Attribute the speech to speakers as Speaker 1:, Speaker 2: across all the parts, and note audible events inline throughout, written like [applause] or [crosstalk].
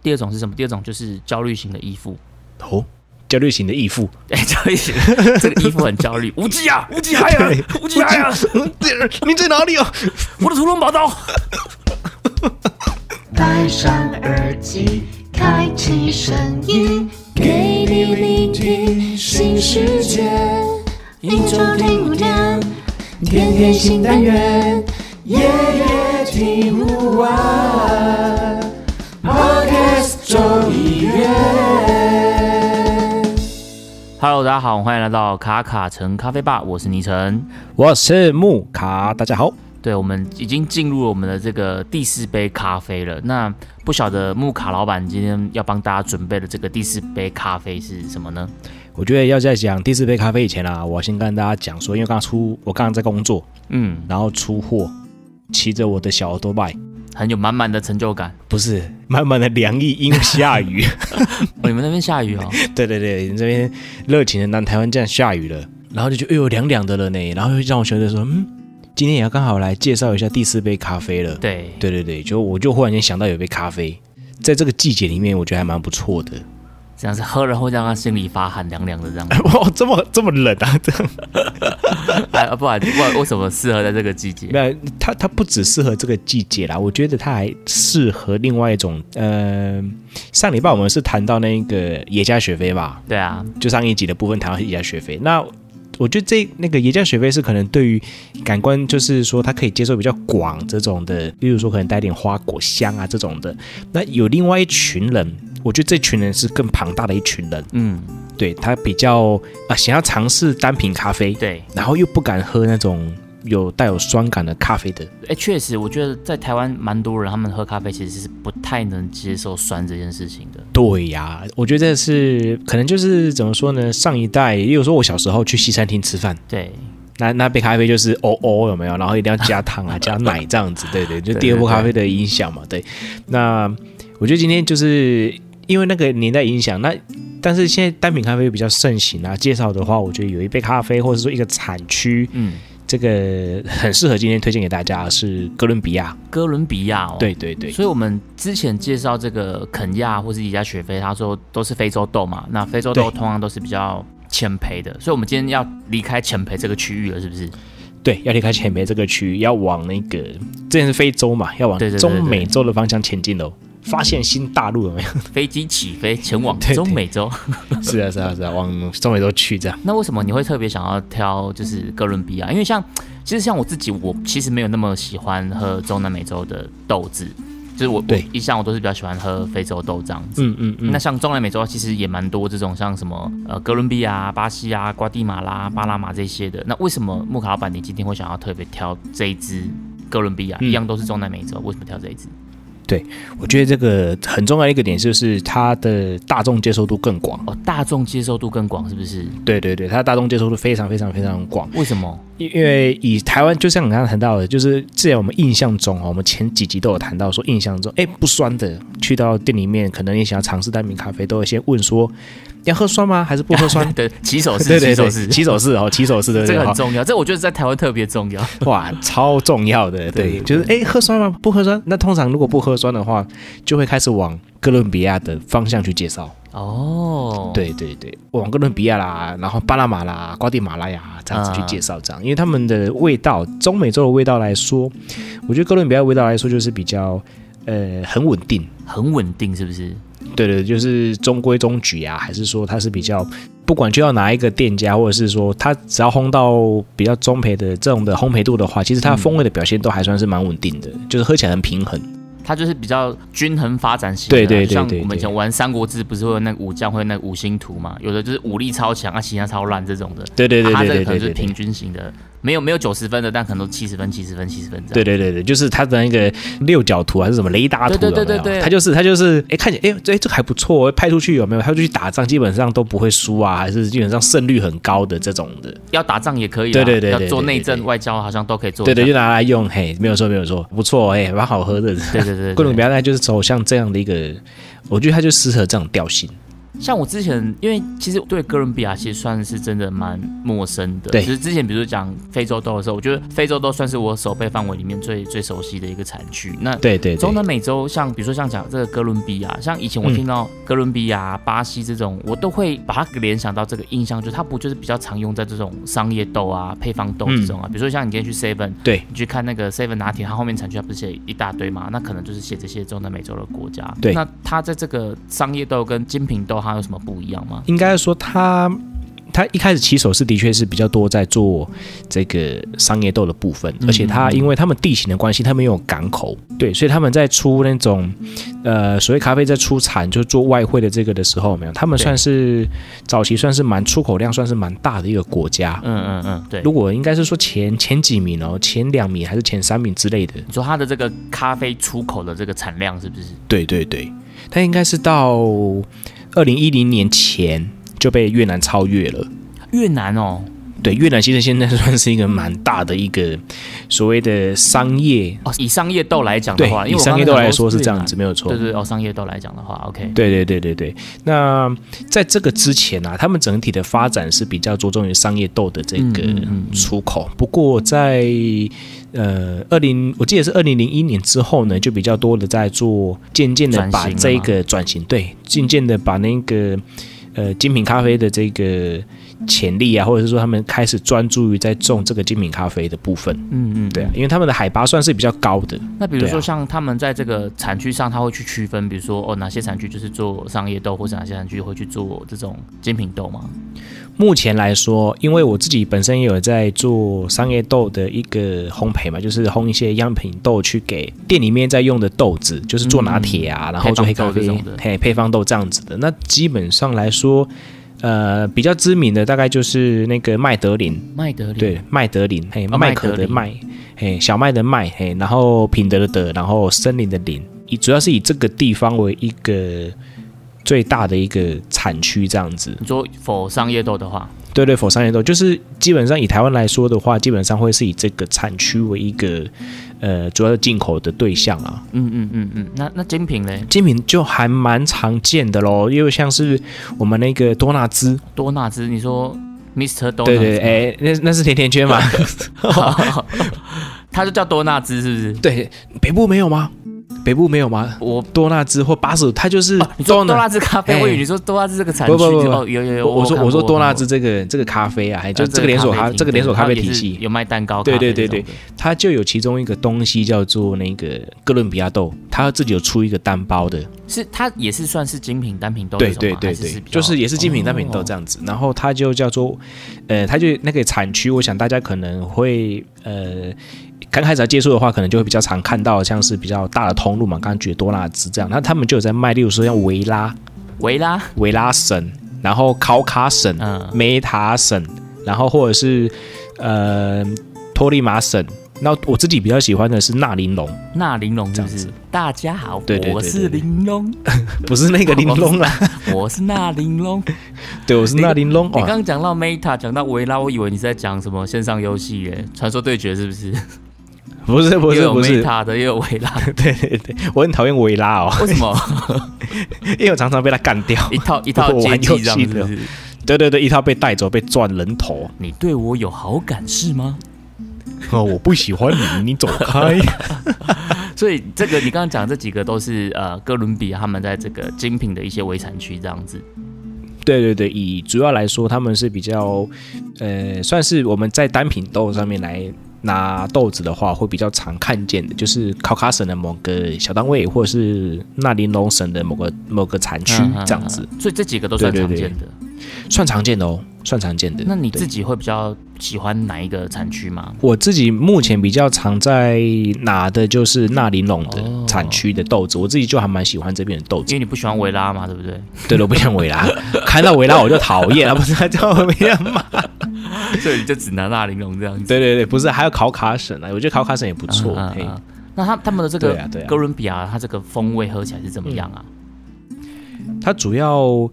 Speaker 1: 第二种是什么？第二种就是焦虑型的依附。 [laughs]
Speaker 2: 哦，焦虑型的义父，
Speaker 1: 对，焦虑型， [laughs] 这个依附很焦 [laughs] 虑。无忌啊，无忌嗨啊
Speaker 2: 对，
Speaker 1: 无忌嗨啊，
Speaker 2: [laughs] 你在哪里啊？
Speaker 1: 我的屠龙宝刀。
Speaker 3: 戴上耳机，开启声音，给你聆听新世界。一周听五天，天天新单元，夜夜听不完。Podcast 周一月。
Speaker 1: Hello，大家好，欢迎来到卡卡城咖啡吧，我是倪晨。
Speaker 2: 我是木卡，大家好。
Speaker 1: 对，我们已经进入了我们的这个第四杯咖啡了。那不晓得木卡老板今天要帮大家准备的这个第四杯咖啡是什么呢？
Speaker 2: 我觉得要在讲第四杯咖啡以前啊，我要先跟大家讲说，因为刚刚出，我刚刚在工作，
Speaker 1: 嗯，
Speaker 2: 然后出货，骑着我的小多拜，
Speaker 1: 很有满满的成就感。
Speaker 2: 不是满满的凉意，因为下 [laughs] 雨。
Speaker 1: 哦、你们那边下雨哦？
Speaker 2: 对对对，你这边热情的南台湾这样下雨了，然后就觉得哎呦凉凉的了呢，然后又让我觉得说，嗯，今天也要刚好来介绍一下第四杯咖啡了。
Speaker 1: [laughs] 对，
Speaker 2: 对对对，就我就忽然间想到有一杯咖啡，在这个季节里面，我觉得还蛮不错 [laughs] 的。
Speaker 1: 这样是喝了会让他心里发寒，凉凉的这样。
Speaker 2: 哇，哦这么这么冷啊！这样
Speaker 1: 哎，不然不然为什么适合在这个季节？
Speaker 2: [laughs] 没有，它它不只适合这个季节啦，我觉得它还适合另外一种。呃，上礼拜我们是谈到那个野加雪菲吧，
Speaker 1: 对啊，
Speaker 2: 就上一集的部分谈到野加雪菲。那我觉得这那个野加雪菲是可能对于感官，就是说它可以接受比较广这种的，例如说可能带点花果香啊这种的。那有另外一群人，我觉得这群人是更庞大的一群人，
Speaker 1: 嗯，
Speaker 2: 对他比较啊、想要尝试单品咖啡，
Speaker 1: 对，
Speaker 2: 然后又不敢喝那种有带有酸感的咖啡的。
Speaker 1: 哎，确实，我觉得在台湾蛮多人他们喝咖啡其实是不太能接受酸这件事情的。
Speaker 2: 对呀、我觉得这是可能就是怎么说呢？上一代，例如说我小时候去西餐厅吃饭，
Speaker 1: 对，
Speaker 2: 那那杯咖啡就是哦哦有没有？然后一定要加糖啊，加奶这样子，对对，就第二波咖啡的影响嘛。对，那我觉得今天就是因为那个年代影响，那但是现在单品咖啡比较盛行啊。介绍的话，我觉得有一杯咖啡或者说一个产区，
Speaker 1: 嗯，
Speaker 2: 这个很适合今天推荐给大家是哥伦比亚。
Speaker 1: 哥伦比亚哦，
Speaker 2: 对对对，
Speaker 1: 所以，我们之前介绍这个肯亚或是以加雪菲，他说都是非洲豆嘛。那非洲豆
Speaker 2: 对
Speaker 1: 通常都是比较浅培的，所以我们今天要离开浅培这个区域了，是不是？
Speaker 2: 对，要离开前美这个区，要往那个之前是非洲嘛，要往
Speaker 1: 对对对
Speaker 2: 中美洲的方向前进喽。发现新大陆有没有？
Speaker 1: 飞机起飞前往
Speaker 2: 对对
Speaker 1: 中美洲。
Speaker 2: [laughs] 是啊是啊是啊，往中美洲去这样。
Speaker 1: 那为什么你会特别想要挑就是哥伦比亚？因为像其实像我自己，我其实没有那么喜欢喝中南美洲的豆子，就是我我
Speaker 2: 对
Speaker 1: 一向我都是比较喜欢喝非洲豆这样子。
Speaker 2: 嗯嗯嗯
Speaker 1: 那，像中南美洲其实也蛮多这种，像什么呃哥伦比亚、巴西啊、瓜地马拉、巴拿马这些的。那为什么木卡老板你今天会想要特别挑这一支哥伦比亚？
Speaker 2: 嗯
Speaker 1: 一样都是中南美洲，为什么挑这一支？
Speaker 2: 我觉得这个很重要一个点就是它的大众接受度更广。
Speaker 1: 哦，大众接受度更广是不是？
Speaker 2: 对对对，它的大众接受度非常非常非常广。
Speaker 1: 为什么？？
Speaker 2: 因因为以台湾，就像你刚刚谈到的，就是之前我们印象中哦，我们前几集都有谈到说，印象中哎不酸的，去到店里面，可能你想要尝试单品咖啡，都会先问说要喝酸吗？还是不喝酸
Speaker 1: [laughs] 对，起手式，
Speaker 2: [laughs] 对对
Speaker 1: 起手
Speaker 2: 对，
Speaker 1: 式，
Speaker 2: 起手式哦，起手式对对
Speaker 1: 这个
Speaker 2: 对
Speaker 1: 很重要，这我觉得在台湾特别重要。
Speaker 2: 哦哇，超重要的，
Speaker 1: 对
Speaker 2: 对，就是哎喝酸吗？不喝酸。那通常如果不喝酸的话，就会开始往哥伦比亚的方向去介绍。
Speaker 1: 哦，，
Speaker 2: 对对对，往哥伦比亚啦，然后巴拿马啦、瓜地马拉呀这样子去介绍，这样，因为他们的味道，中美洲的味道来说，我觉得哥伦比亚的味道来说就是比较呃很稳定，
Speaker 1: 很稳定是不是？
Speaker 2: 对对，就是中规中矩啊，还是说它是比较不管就要哪一个店家，或者是说它只要烘到比较中培的这种的烘焙度的话，其实它的风味的表现都还算是蛮稳定的，就是喝起来很平衡。
Speaker 1: 它就是比较均衡发展型的啦，
Speaker 2: 对对对
Speaker 1: 就像
Speaker 2: 对
Speaker 1: 我们以
Speaker 2: 对
Speaker 1: 前玩《三国志》，不是会有那个武将会有那个五星图嘛？有的就是武力超强啊，其他超烂这种的。
Speaker 2: 对对对
Speaker 1: 啊它
Speaker 2: 对
Speaker 1: 这个
Speaker 2: 对
Speaker 1: 可
Speaker 2: 对
Speaker 1: 能就是
Speaker 2: 对对
Speaker 1: 平。均型的，没有没有九十分的，但可能都七十分、七十分、七十分这
Speaker 2: 对
Speaker 1: 样。
Speaker 2: 对对对，就是它的那个六角图还是什么雷达图有没
Speaker 1: 对
Speaker 2: 有？
Speaker 1: 对对对对
Speaker 2: 它就是它就是，哎，看起来哎这这个还不错，派出去有没有？派出去打仗基本上都不会输啊，还是基本上胜率很高的这种的。
Speaker 1: 要打仗也可以啦，
Speaker 2: 对对对对对
Speaker 1: 要做内
Speaker 2: 对对
Speaker 1: 政、
Speaker 2: 对
Speaker 1: 外交好像都可以做
Speaker 2: 对
Speaker 1: 得到。
Speaker 2: 对，就拿来用，嘿，没有错没有错，不错，哎，蛮好喝的。
Speaker 1: 对对对对对，
Speaker 2: 哥伦比亚大概就是走向这样的一个，我觉得它就适合这种调性。
Speaker 1: 像我之前，因为其实对哥伦比亚其实算是真的蛮陌生的。
Speaker 2: 对
Speaker 1: 其实之前比如讲非洲豆的时候，我觉得非洲豆算是我手背范围里面最最熟悉的一个产区。那
Speaker 2: 对对对
Speaker 1: 中，南美洲，像比如说像讲这个哥伦比亚，像以前我
Speaker 2: 嗯
Speaker 1: 听到哥伦比亚、巴西这种，我都会把它联想到这个印象，就是它不就是比较常用在这种商业豆啊、配方豆这种
Speaker 2: 嗯
Speaker 1: 啊，比如说像你今天去 Seven，
Speaker 2: 对
Speaker 1: 你去看那个 Seven 拿铁，它后面产区它不是写一大堆嘛？那可能就是写这些中南美洲的国家。
Speaker 2: 对
Speaker 1: 那它在这个商业豆跟精品豆它有什么不一样吗？
Speaker 2: 应该说他他一开始起手是的确是比较多在做这个商业豆的部分，而且他因为他们地形的关系，他们有港口，对，所以他们在出那种呃所谓咖啡在出产就是做外汇的这个的时候，有没有，他们
Speaker 1: 对
Speaker 2: 算是早期算是蛮出口量算是蛮大的一个国家。
Speaker 1: 嗯嗯嗯，对。
Speaker 2: 如果应该是说前前几名哦，前两名还是前三名之类的，
Speaker 1: 你说它的这个咖啡出口的这个产量是不是？
Speaker 2: 对对对，它应该是到二零一零年前就被越南超越了。
Speaker 1: 越南哦，
Speaker 2: 对，越南其实现在算是一个蛮大的一个所谓的商业，
Speaker 1: 哦，以商业豆来讲的
Speaker 2: 对
Speaker 1: 话，，因为
Speaker 2: 以
Speaker 1: 我
Speaker 2: 商业
Speaker 1: 刚
Speaker 2: 豆
Speaker 1: 才想
Speaker 2: 来说是这样
Speaker 1: 越
Speaker 2: 子，
Speaker 1: 南。
Speaker 2: 没有错
Speaker 1: 对。对，哦，商业豆来讲的话，OK，
Speaker 2: 对对对对对，那在这个之前啊，他们整体的发展是比较着重于商业豆的这个
Speaker 1: 嗯嗯嗯嗯
Speaker 2: 出口。不过在呃二零，我记得是二零零一年之后呢，就比较多的在做，渐渐的
Speaker 1: 转
Speaker 2: 把
Speaker 1: 型了
Speaker 2: 这
Speaker 1: 吗
Speaker 2: 个转型，对，渐渐的把那个呃精品咖啡的这个潜力啊，或者是说他们开始专注于在种这个精品咖啡的部分。
Speaker 1: 嗯嗯，
Speaker 2: 对啊，因为他们的海拔算是比较高的，
Speaker 1: 那比如
Speaker 2: 对
Speaker 1: 说
Speaker 2: 啊
Speaker 1: 像他们在这个产区上，他会去区分，比如说哦哪些产区就是做商业豆，或者哪些产区会去做这种精品豆吗？
Speaker 2: 目前来说，因为我自己本身也有在做商业豆的一个烘焙嘛，就是烘一些样品豆去给店里面在用的豆子，就是做拿铁啊，然后做黑咖
Speaker 1: 配方豆
Speaker 2: 啡
Speaker 1: 这种的，
Speaker 2: 嘿，配方豆这样子的。那基本上来说，呃，比较知名的大概就是那个麦德林，
Speaker 1: 麦德林，
Speaker 2: 对，麦德林，嘿，
Speaker 1: 嗯哦
Speaker 2: 麦壳的
Speaker 1: 麦
Speaker 2: 麦，嘿，小麦的麦，嘿，然后品德的德，然后森林的林，以主要是以这个地方为一个最大的一个产区这样子。
Speaker 1: 你说否商业豆的话，
Speaker 2: 对对，否商业豆就是基本上以台湾来说的话，基本上会是以这个产区为一个呃主要的进口的对象啊。
Speaker 1: 嗯嗯嗯嗯，那那精品嘞，
Speaker 2: 精品就还蛮常见的喽，因为像是我们那个多纳兹，
Speaker 1: 多纳兹，你说 Mr. 多
Speaker 2: 对
Speaker 1: 纳
Speaker 2: 对，
Speaker 1: 兹，
Speaker 2: 哎，那那是甜甜圈嘛？
Speaker 1: [laughs] 他就叫多纳兹是不是？
Speaker 2: [laughs] 对，北部没有吗？北部没有吗？
Speaker 1: 我啊
Speaker 2: 多纳兹或巴蜀，它就是
Speaker 1: 你说多
Speaker 2: 纳
Speaker 1: 纳兹咖啡，
Speaker 2: 哎
Speaker 1: 我以为你说多纳兹这个产
Speaker 2: 不
Speaker 1: 区，
Speaker 2: 不不不
Speaker 1: 哦有有有，
Speaker 2: 我我说
Speaker 1: 有看
Speaker 2: 我说
Speaker 1: 过哦
Speaker 2: 多纳兹，这个这个咖啡啊，还
Speaker 1: 我
Speaker 2: 就
Speaker 1: 看过
Speaker 2: 这个连锁
Speaker 1: 咖
Speaker 2: 咖
Speaker 1: 啡
Speaker 2: 这个连锁咖啡
Speaker 1: 厅
Speaker 2: 体
Speaker 1: 对
Speaker 2: 系，
Speaker 1: 有卖蛋糕，
Speaker 2: 对对对对，
Speaker 1: 对，
Speaker 2: 它就有其中一个东西叫做那个哥伦比亚豆，它自己有出一个单包的，
Speaker 1: 是它也是算是精品单品豆
Speaker 2: 对
Speaker 1: 哦那种
Speaker 2: 对
Speaker 1: 吗
Speaker 2: 对
Speaker 1: 还是
Speaker 2: 对，
Speaker 1: 比较
Speaker 2: 就是也是精品单品豆
Speaker 1: 哦
Speaker 2: 这样子。然后它就叫做，呃，它就那个产区，我想大家可能会呃。刚开始要接触的话，可能就会比较常看到，像是比较大的通路嘛，刚刚举的多纳兹这样，那他们就有在卖，例如说像维拉、
Speaker 1: 维拉，
Speaker 2: 维拉省，然后考卡省、
Speaker 1: 嗯
Speaker 2: 梅塔省，然后或者是呃托利马省。那我自己比较喜欢的是纳林龙，
Speaker 1: 那玲珑是不
Speaker 2: 这
Speaker 1: 是？大家好，
Speaker 2: 对对对对
Speaker 1: 我是玲珑，
Speaker 2: 不是那个啊玲珑啦，
Speaker 1: 我是那玲珑。你
Speaker 2: [laughs] 对，我是纳林龙。
Speaker 1: 刚
Speaker 2: 哦，
Speaker 1: 刚讲到 Meta，讲到维拉，我以为你是在讲什么线上游戏耶，传说对决是不是？
Speaker 2: 不是不
Speaker 1: 又
Speaker 2: 是
Speaker 1: 有
Speaker 2: 不是，
Speaker 1: Meta 的，又有维拉，
Speaker 2: [laughs] 对对对，我很讨厌维拉 [laughs] 哦，
Speaker 1: 为什么
Speaker 2: 因为我常常被他干掉。
Speaker 1: [laughs] 一套一套
Speaker 2: [laughs] 我
Speaker 1: 接
Speaker 2: 玩
Speaker 1: 技
Speaker 2: 游
Speaker 1: 这样
Speaker 2: 戏
Speaker 1: 是
Speaker 2: 了
Speaker 1: 不是？
Speaker 2: 对对对，一套被带走，被赚人头。
Speaker 1: 你对我有好感是吗？
Speaker 2: 哦，我不喜欢你，你走开。
Speaker 1: 所以这个你刚刚讲这几个都是呃哥伦比亚他们在这个精品的一些围产区这样子。
Speaker 2: 对对对，以主要来说，他们是比较，呃，算是我们在单品豆上面来拿豆子的话，会比较常看见的，就是考卡省的某个小单位，或者是纳林龙省的某个某个产区
Speaker 1: 嗯嗯
Speaker 2: 这样子，
Speaker 1: 嗯所以这几个都算
Speaker 2: 对
Speaker 1: 常
Speaker 2: 对对
Speaker 1: 见的。
Speaker 2: 算常见的哦，算常见的。
Speaker 1: 那你
Speaker 2: 对
Speaker 1: 自己会比较喜欢哪一个产区吗？
Speaker 2: 我自己目前比较常在拿的就是纳林龙的
Speaker 1: 哦
Speaker 2: 产区的豆子，我自己就还蛮喜欢这边的豆
Speaker 1: 因
Speaker 2: 子。
Speaker 1: 为你不喜欢维拉嘛，对不对？
Speaker 2: 对了，我不想维拉， [laughs] 看到维拉我就讨厌啊，不是叫我们要骂。
Speaker 1: [laughs] 所以你就只拿大玲珑这样子。
Speaker 2: 对对对，不是，还有考卡省啊，我觉得考卡省也不错。
Speaker 1: 嗯
Speaker 2: 嘿
Speaker 1: 嗯嗯那他他们的这个
Speaker 2: 对啊对啊
Speaker 1: 哥伦比亚，它这个风味喝起来是怎么样啊？
Speaker 2: 它主要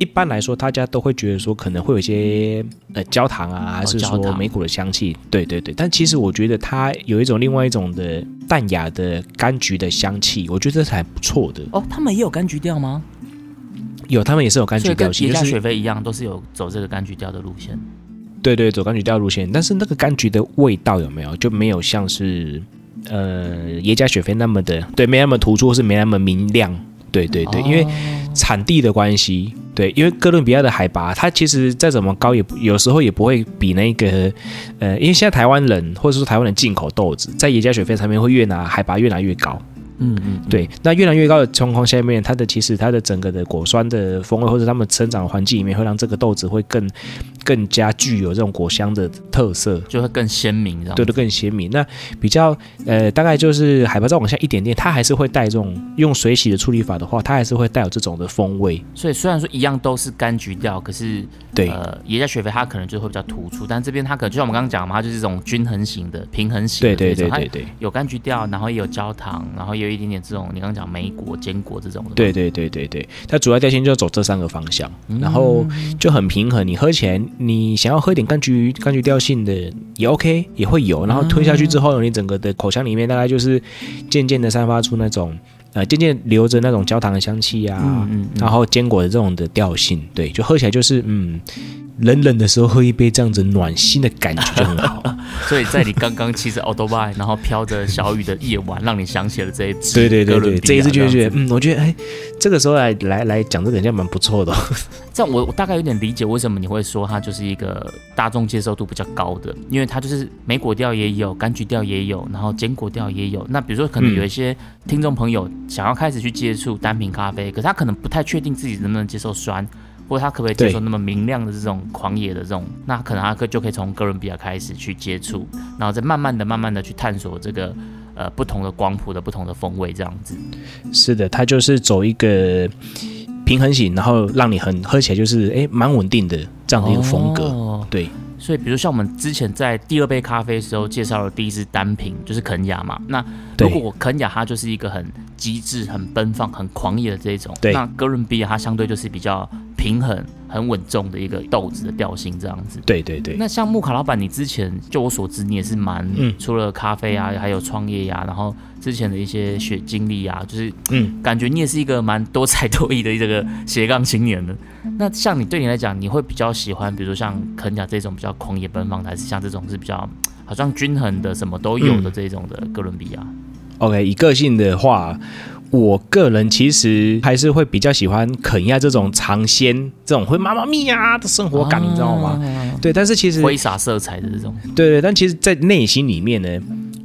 Speaker 2: 一般来说，大家都会觉得说可能会有一些呃焦糖啊，还是
Speaker 1: 哦焦
Speaker 2: 说
Speaker 1: 糖
Speaker 2: 莓果的香气。对对对，但其实我觉得它有一种另外一种的淡雅的柑橘的香气，我觉得这是还不错的。
Speaker 1: 哦，他们也有柑橘调吗？
Speaker 2: 有他们也是有
Speaker 1: 所
Speaker 2: 柑橘
Speaker 1: 以
Speaker 2: 调
Speaker 1: 跟
Speaker 2: 性，
Speaker 1: 别
Speaker 2: 就
Speaker 1: 家
Speaker 2: 是
Speaker 1: 雪菲一样，都是有走这个柑橘调的路线。
Speaker 2: 对对，走柑橘调路线，但是那个柑橘的味道有没有就没有像是呃耶加雪菲那么的对，没那么突出，或是没那么明亮。对对对，因为产地的关系，对，因为哥伦比亚的海拔，它其实再怎么高也不，有时候也不会比那个呃，因为现在台湾人或者说台湾人进口豆子，在耶加雪菲上面会越拿海拔越拿越高。
Speaker 1: 嗯嗯，
Speaker 2: 对，那越来越高的状况下面，它的其实它的整个的果酸的风味，或者它们生长环境里面，会让这个豆子会更更加具有这种果香的特色，
Speaker 1: 就会更鲜明，这样
Speaker 2: 对的更鲜明。那比较呃，大概就是海拔再往下一点点，它还是会带这种用水洗的处理法的话，它还是会带有这种的风味。
Speaker 1: 所以虽然说一样都是柑橘调，可是
Speaker 2: 对
Speaker 1: 呃，耶加雪菲它可能就会比较突出，但这边它可能就像我们刚刚讲嘛，它就是这种均衡型的、平衡型
Speaker 2: 对
Speaker 1: 的这
Speaker 2: 对对
Speaker 1: 种，
Speaker 2: 对
Speaker 1: 它
Speaker 2: 对。
Speaker 1: 有柑橘调，然后也有焦糖，然后也有一点点这种你刚刚讲莓果、坚果这种的嘛，
Speaker 2: 对对对对对，它主要调性就走这三个方向，然后
Speaker 1: 嗯
Speaker 2: 就很平衡。你喝起来，你想要喝一点柑橘柑橘调性的也 OK，也会有。然后吞下去
Speaker 1: 嗯
Speaker 2: 之后，你整个的口腔里面大概就是渐渐的散发出那种呃，渐渐留着那种焦糖的香气啊，
Speaker 1: 嗯嗯嗯
Speaker 2: 然后坚果的这种的调性，对，就喝起来就是嗯。冷冷的时候喝一杯这样子暖心的感觉就很
Speaker 1: [laughs]
Speaker 2: 好，
Speaker 1: 所以在你刚刚 [laughs] 骑着 auto bike，然后飘着小雨的夜晚，让你想起了这一支
Speaker 2: 对对对
Speaker 1: 哥伦
Speaker 2: 对，
Speaker 1: 比
Speaker 2: 这一
Speaker 1: 亚
Speaker 2: 次就
Speaker 1: 样
Speaker 2: 觉得
Speaker 1: 子，
Speaker 2: 嗯，我觉得哎，这个时候来来来讲这个人家蛮不错的哦、
Speaker 1: 这样我我大概有点理解为什么你会说它就是一个大众接受度比较高的，因为它就是莓果调也有，柑橘调也有，然后坚果调也有。那比如说，可能
Speaker 2: 嗯
Speaker 1: 有一些听众朋友想要开始去接触单品咖啡，可是他可能不太确定自己能不能接受酸，或者他可不可以接
Speaker 2: 对
Speaker 1: 受那么明亮的这种狂野的这种，那可能他可就可以从哥伦比亚开始去接触，然后再慢慢的、慢慢的去探索这个呃不同的光谱的不同的风味这样子。
Speaker 2: 是的，它就是走一个平衡型，然后让你很喝起来就是哎蛮稳定的这样的一个风格。
Speaker 1: 哦
Speaker 2: 对
Speaker 1: 所以，比如像我们之前在第二杯咖啡的时候介绍了第一支单品，就是肯雅嘛。那
Speaker 2: 对
Speaker 1: 如果肯雅它就是一个很机智、很奔放、很狂野的这种，
Speaker 2: 对
Speaker 1: 那哥伦比亚它相对就是比较平衡、很稳重的一个豆子的调性这样子。
Speaker 2: 对对对，
Speaker 1: 那像木卡老板，你之前就我所知，你也是蛮、
Speaker 2: 嗯
Speaker 1: 除了咖啡啊，还有创业呀、然后之前的一些学经历啊，就是
Speaker 2: 嗯，
Speaker 1: 感觉你也是一个蛮多才多艺的一个斜杠青年的。那像你对你来讲，你会比较喜欢，比如说像肯雅这种比较狂野奔放的，还是像这种是比较好像均衡的，什么都有
Speaker 2: 嗯
Speaker 1: 的这种的哥伦比亚？
Speaker 2: OK，以个性的话，我个人其实还是会比较喜欢肯亚这种尝鲜、这种会妈妈咪呀的生活感，你知道吗？
Speaker 1: 啊
Speaker 2: 对，但是其实
Speaker 1: 挥洒色彩的这种，
Speaker 2: 对对，但其实，在内心里面呢，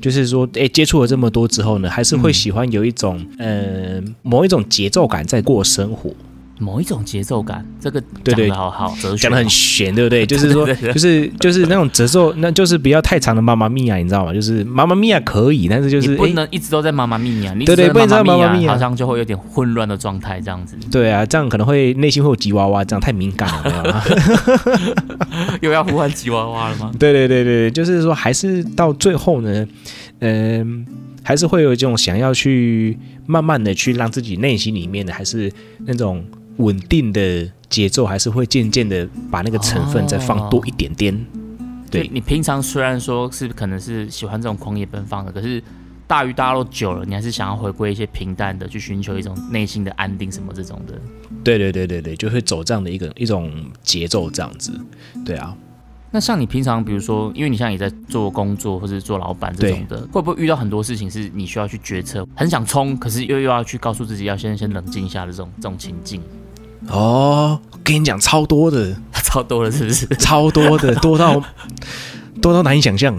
Speaker 2: 就是说，哎，接触了这么多之后呢，还是会喜欢有一种、呃某一种节奏感在过生活。
Speaker 1: 某一种节奏感，这个
Speaker 2: 对
Speaker 1: 讲
Speaker 2: 对
Speaker 1: 的好好，哲学
Speaker 2: 讲的很
Speaker 1: 哦
Speaker 2: 玄，对不对？就是说
Speaker 1: 对对，对
Speaker 2: 就是就是那种节奏，那就是不要太长的妈妈咪呀，啊你知道吗？就是妈妈咪呀可以，但是就是
Speaker 1: 你不
Speaker 2: 诶
Speaker 1: 能一直都在妈妈咪呀，你
Speaker 2: 对对
Speaker 1: 一直
Speaker 2: 不能
Speaker 1: 在
Speaker 2: 在妈妈
Speaker 1: 咪
Speaker 2: 咪呀
Speaker 1: 呀，好像就会有点混乱的状态这样子，
Speaker 2: 对啊，这样可能会内心会有吉娃娃，这样太敏感了。有没有
Speaker 1: [laughs] 又要呼唤吉娃娃了吗？
Speaker 2: [laughs] 对对对对，就是说，还是到最后呢，嗯、还是会有这种想要去慢慢的去让自己内心里面的还是那种稳定的节奏，还是会渐渐的把那个成分再放
Speaker 1: 哦
Speaker 2: 多一点点。 [laughs] 对
Speaker 1: 就你平常虽然说是可能是喜欢这种狂野奔放的，可是大鱼大肉久了，你还是想要回归一些平淡的，去寻求一种内心的安定什么这种的。
Speaker 2: 对对对对对，就会走这样的一个一种节奏，这样子。对啊，
Speaker 1: 那像你平常，比如说，因为你现在也在做工作或者做老板这种的，会不会遇到很多事情是你需要去决策，很想冲，可是又又要去告诉自己要先先冷静一下的这种这种情境， [laughs]
Speaker 2: 哦，跟你讲，超多的，
Speaker 1: 超多了是不是？
Speaker 2: 超多的，多到多到难以想象。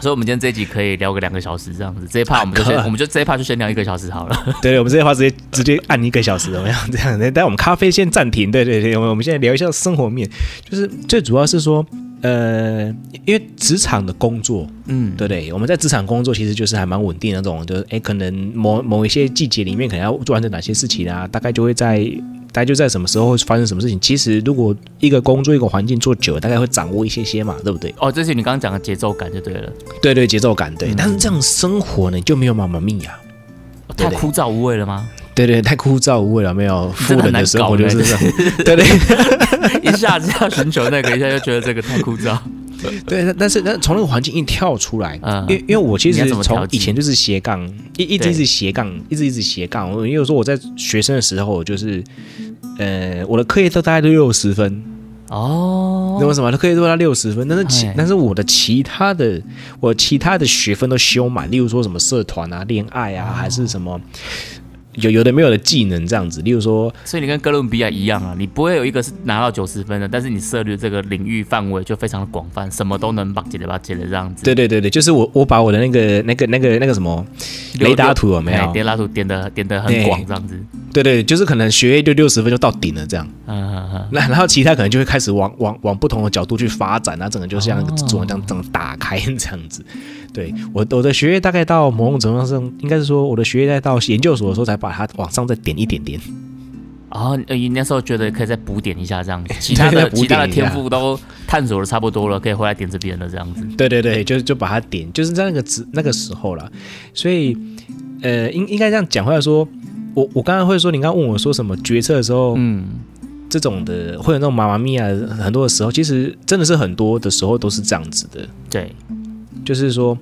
Speaker 1: 所以我们今天这一集可以聊个两个小时这样子，这一趴我们就
Speaker 2: 可
Speaker 1: 先，我们就这一趴就先聊一个小时好了。
Speaker 2: 对对，我们这些话直接直接按一个小时怎么样？这样，但我们咖啡先暂停。对对对，我们我们现在聊一下生活面，就是最主要是说，呃，因为职场的工作，
Speaker 1: 嗯，
Speaker 2: 对不对？我们在职场工作其实就是还蛮稳定的那种，就是哎，可能某某一些季节里面可能要完成哪些事情啊，大概就会在大概就在什么时候会发生什么事情。其实如果一个工作一个环境做久了，大概会掌握一些些嘛，对不对？
Speaker 1: [laughs] 哦，这是你刚刚讲的节奏感就对了，
Speaker 2: 对对，节奏感对。
Speaker 1: 嗯
Speaker 2: 但是这样生活呢，你就没有妈妈咪呀、
Speaker 1: 哦
Speaker 2: 对
Speaker 1: 太
Speaker 2: 对
Speaker 1: 枯燥无味了 [laughs] 吗？
Speaker 2: 对 [laughs] 对，太枯燥无味了，
Speaker 1: [laughs]
Speaker 2: 没有富
Speaker 1: 真的很
Speaker 2: 人的
Speaker 1: 难
Speaker 2: 生
Speaker 1: 搞
Speaker 2: 活就
Speaker 1: 对 [laughs]
Speaker 2: 是这样。对对
Speaker 1: 一下子要寻求那个，一下又觉得这个太枯燥。
Speaker 2: 对，但但是但从那个环境一跳出来，
Speaker 1: 嗯
Speaker 2: 因为因为我其
Speaker 1: 你要
Speaker 2: 实
Speaker 1: 怎么调
Speaker 2: 从
Speaker 1: 剂
Speaker 2: 以前就是斜杠，一一直
Speaker 1: 对
Speaker 2: 一直斜杠，一直一直斜杠。我因为说我在学生的时候，我就是呃我的课业都大概都六十分，
Speaker 1: [laughs] 哦
Speaker 2: 你懂，为什么？他可以做到六十分，但是其
Speaker 1: 哎
Speaker 2: 但是我的其他的我其他的学分都修满，例如说什么社团啊、恋爱啊，还是什么有有的没有的技能这样子。例如说，
Speaker 1: 所以你跟哥伦比亚一样啊，你不会有一个是拿到九十分的，但是你涉猎这个领域范围就非常的广泛，什么都能绑起来绑起来这样子。
Speaker 2: 对对对对，就是我我把我的那个那个那个那个什么
Speaker 1: 六，
Speaker 2: 雷达图有没
Speaker 1: 哎
Speaker 2: 有？
Speaker 1: 雷达图点的点的很
Speaker 2: 对
Speaker 1: 广这样子。
Speaker 2: 对对，就是可能学业就六十分就到顶了这样，
Speaker 1: 嗯嗯嗯，
Speaker 2: 那然后其他可能就会开始往往往不同的角度去发展，啊那整个就像那个
Speaker 1: 哦
Speaker 2: 蜘蛛网这样整个打开 [laughs] 这样子。对我我的学业大概到某种程度上是，应该是说我的学业在到研究所的时候才把它往上再点一点 [laughs] 点。
Speaker 1: 哦，呃你那时候觉得可以再补点一下这样 [laughs] 子，其他的
Speaker 2: 再补
Speaker 1: 其他的
Speaker 2: 点一下
Speaker 1: 天赋都探索的差不多了，可以回来点这边了这样子。
Speaker 2: 对对对，就就把它点，就是在那个时那个时候了。所以，呃，应应该这样讲，或者说，我我刚才会说，你刚刚问我说什么决策的时候，
Speaker 1: 嗯，
Speaker 2: 这种的会有那种妈妈咪呀，很多的时候，其实真的是很多的时候都是这样子的，
Speaker 1: 对，
Speaker 2: 就是说。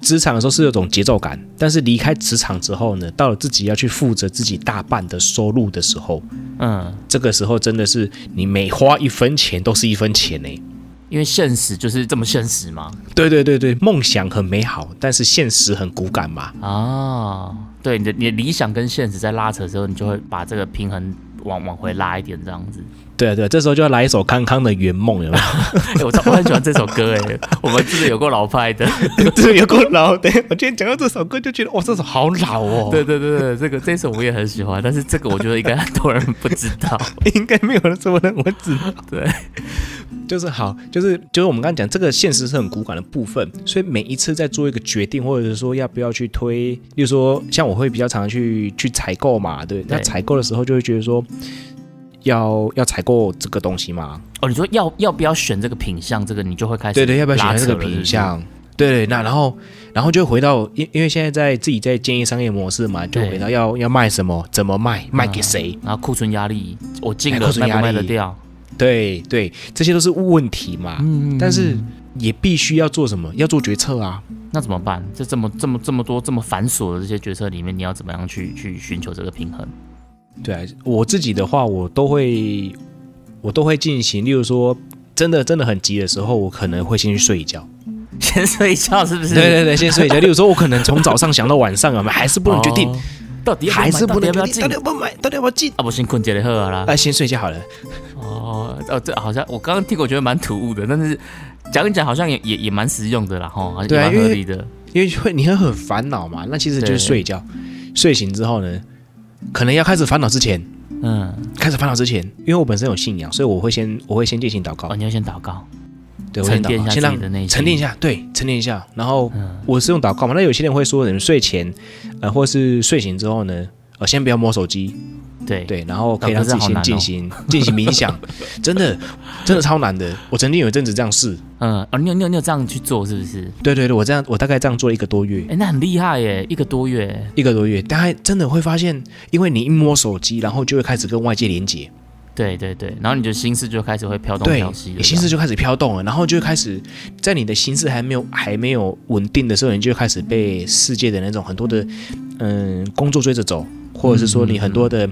Speaker 2: 职场的时候是有种节奏感，但是离开职场之后呢，到了自己要去负责自己大半的收入的时候，
Speaker 1: 嗯，
Speaker 2: 这个时候真的是你每花一分钱都是一分钱呢、
Speaker 1: 因为现实就是这么现实嘛。
Speaker 2: 对对对对，梦想很美好，但是现实很骨感嘛。
Speaker 1: 啊，对，你的你的理想跟现实在拉扯的时候，你就会把这个平衡往往回拉一点这样子。 [laughs]
Speaker 2: 对啊，对啊，这时候就要来一首康康的《圆梦》，有没 [laughs] 有？
Speaker 1: 哎，我超我很喜欢这首歌哎， [laughs] 我们真的有过老派的。
Speaker 2: 这有够老的。我今天讲到这首歌，就觉得哇，这首好老哦。
Speaker 1: 对，对对对，这个这首我也很喜欢，但是这个我觉得应该很多人不知道。
Speaker 2: 应该没有人这么认为知道。
Speaker 1: 对，
Speaker 2: 就是好，就是就是我们刚刚讲这个现实是很骨感的部分，所以每一次在做一个决定，或者是说要不要去推，例如说像我会比较常去去采购嘛，对，那
Speaker 1: 对
Speaker 2: 采购的时候就会觉得说。要要采购这个东西嘛？
Speaker 1: 哦，你说要要不要选这个品相，这个你就会开始
Speaker 2: 对对，要不要选
Speaker 1: 拉
Speaker 2: 择这
Speaker 1: 扯
Speaker 2: 个
Speaker 1: 了
Speaker 2: 品？相？对对，那然后然后就回到，因因为现在在自己在建议商业模式嘛，就
Speaker 1: 对
Speaker 2: 回到要要卖什么，怎么卖，卖给
Speaker 1: 嗯
Speaker 2: 谁？
Speaker 1: 是不是然后库存压力，我进
Speaker 2: 哎
Speaker 1: 了
Speaker 2: 库存
Speaker 1: 卖不
Speaker 2: 压
Speaker 1: 卖得
Speaker 2: 力
Speaker 1: 掉？
Speaker 2: 对对，这些都是问题嘛。
Speaker 1: 嗯
Speaker 2: 但是也必须要做什么？要做决策啊。
Speaker 1: 那怎么办？这这么这么这么多这么繁琐的这些决策里面，你要怎么样去去寻求这个平衡？ [laughs]
Speaker 2: 对啊，我自己的话，我都会我都会进行，例如说。真的真的很急的时候，我可能会先去睡一觉。
Speaker 1: 先睡一觉是不是？
Speaker 2: 对对对，先睡一觉。例如说，我可能从早上想到晚上，我啊们还是不能决定，
Speaker 1: 哦到底要要
Speaker 2: 还是
Speaker 1: 买
Speaker 2: 不能
Speaker 1: 到底要不要
Speaker 2: 决定，
Speaker 1: 进
Speaker 2: 到底要不要买，到底要不要进？
Speaker 1: 啊？不行，困觉就好了啦。
Speaker 2: 啊，先睡一觉好了。
Speaker 1: 哦哦，这好像我刚刚听过，觉得蛮突兀的，但是讲一讲好像也也也蛮实用的啦，吼，好像
Speaker 2: 对
Speaker 1: 也
Speaker 2: 啊
Speaker 1: 蛮合理的。
Speaker 2: 因为会你会很烦恼嘛，那其实就是
Speaker 1: 对
Speaker 2: 睡一觉，睡醒之后呢，可能要开始烦恼之前，
Speaker 1: 嗯，
Speaker 2: 开始烦恼之前，因为我本身有信仰，所以我会先我会先进行祷告，
Speaker 1: 哦，你要先祷告，
Speaker 2: 对，我先
Speaker 1: 沉淀
Speaker 2: 祷
Speaker 1: 一
Speaker 2: 告，
Speaker 1: 下
Speaker 2: 先
Speaker 1: 自己的内心
Speaker 2: 让沉淀一下，对，沉淀一下，然后
Speaker 1: 嗯，
Speaker 2: 我是用祷告嘛，那有些人会说，你们睡前，呃，或是睡醒之后呢，呃，先不要摸手机，
Speaker 1: 对，
Speaker 2: 对，然后可以让自己
Speaker 1: 哦可是好难
Speaker 2: 先
Speaker 1: 哦
Speaker 2: 进行、进行冥
Speaker 1: [laughs]
Speaker 2: 想，真的真的超难的，我曾经有一阵子这样试，
Speaker 1: 嗯，哦，你有你有你有这样去做是不是？
Speaker 2: 对对对，我这样我大概这样做了一个多月，
Speaker 1: 哎，那很厉害耶，一个多月，
Speaker 2: 一个多月，大概真的会发现，因为你一摸手机，然后就会开始跟外界连接，
Speaker 1: 对对对，然后你的心思就开始会飘动
Speaker 2: 对
Speaker 1: 飘西，
Speaker 2: 你
Speaker 1: 的，
Speaker 2: 心思就开始飘动了，然后就会开始
Speaker 1: 嗯
Speaker 2: 在你的心思还没有还没有稳定的时候，你就开始被世界的那种很多的嗯工作追着走，或者是说你很
Speaker 1: 嗯
Speaker 2: 多的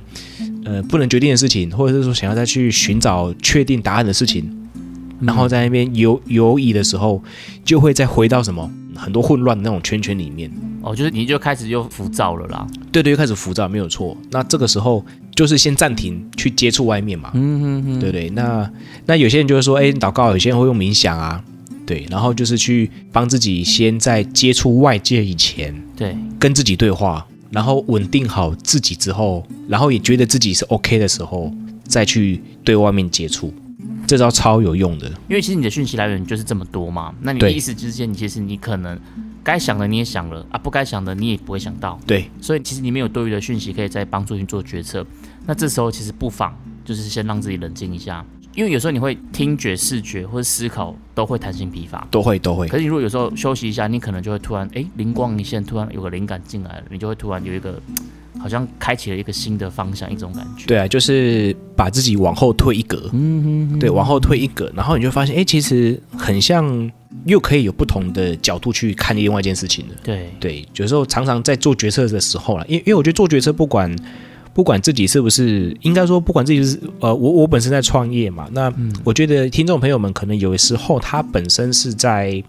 Speaker 2: 呃不能决定的事情，或者是说想要再去寻找确定答案的事情，
Speaker 1: 嗯
Speaker 2: 然后在那边游游移的时候，就会再回到什么很多混乱的那种圈圈里面。
Speaker 1: 哦，就是你就开始又浮躁了啦。
Speaker 2: 对对，又开始浮躁，没有错。那这个时候就是先暂停去接触外面嘛，
Speaker 1: 嗯嗯嗯，
Speaker 2: 对不对？那那有些人就会说，哎，祷告；有些人会用冥想啊，对。然后就是去帮自己先在接触外界以前，
Speaker 1: 对，
Speaker 2: 跟自己对话，然后稳定好自己之后，然后也觉得自己是 OK 的时候，再去对外面接触。这招超有用的，
Speaker 1: 因为其实你的讯息来源就是这么多嘛，那你
Speaker 2: 对
Speaker 1: 一时之间，你其实你可能该想的你也想了啊，不该想的你也不会想到，
Speaker 2: 对
Speaker 1: 所以其实你没有多余的讯息可以再帮助你做决策。那这时候其实不妨就是先让自己冷静一下，因为有时候你会听觉、视觉或者思考都会弹性疲乏。
Speaker 2: 都会都会
Speaker 1: 可。是你如果有时候休息一下，你可能就会突然哎灵光一现，突然有个灵感进来了，你就会突然有一个好像开启了一个新的方向，一种感觉。
Speaker 2: 对啊，就是把自己往后退一格，嗯对，往后退一格，然后你就发现，哎、其实很像，又可以有不同的角度去看另外一件事情了。
Speaker 1: 对
Speaker 2: 对，有时候常常在做决策的时候啦，因为因为我觉得做决策不管不管自己是不是，应该说不管自己是呃，我我本身在创业嘛，那我觉得听众朋友们可能有时候他本身是在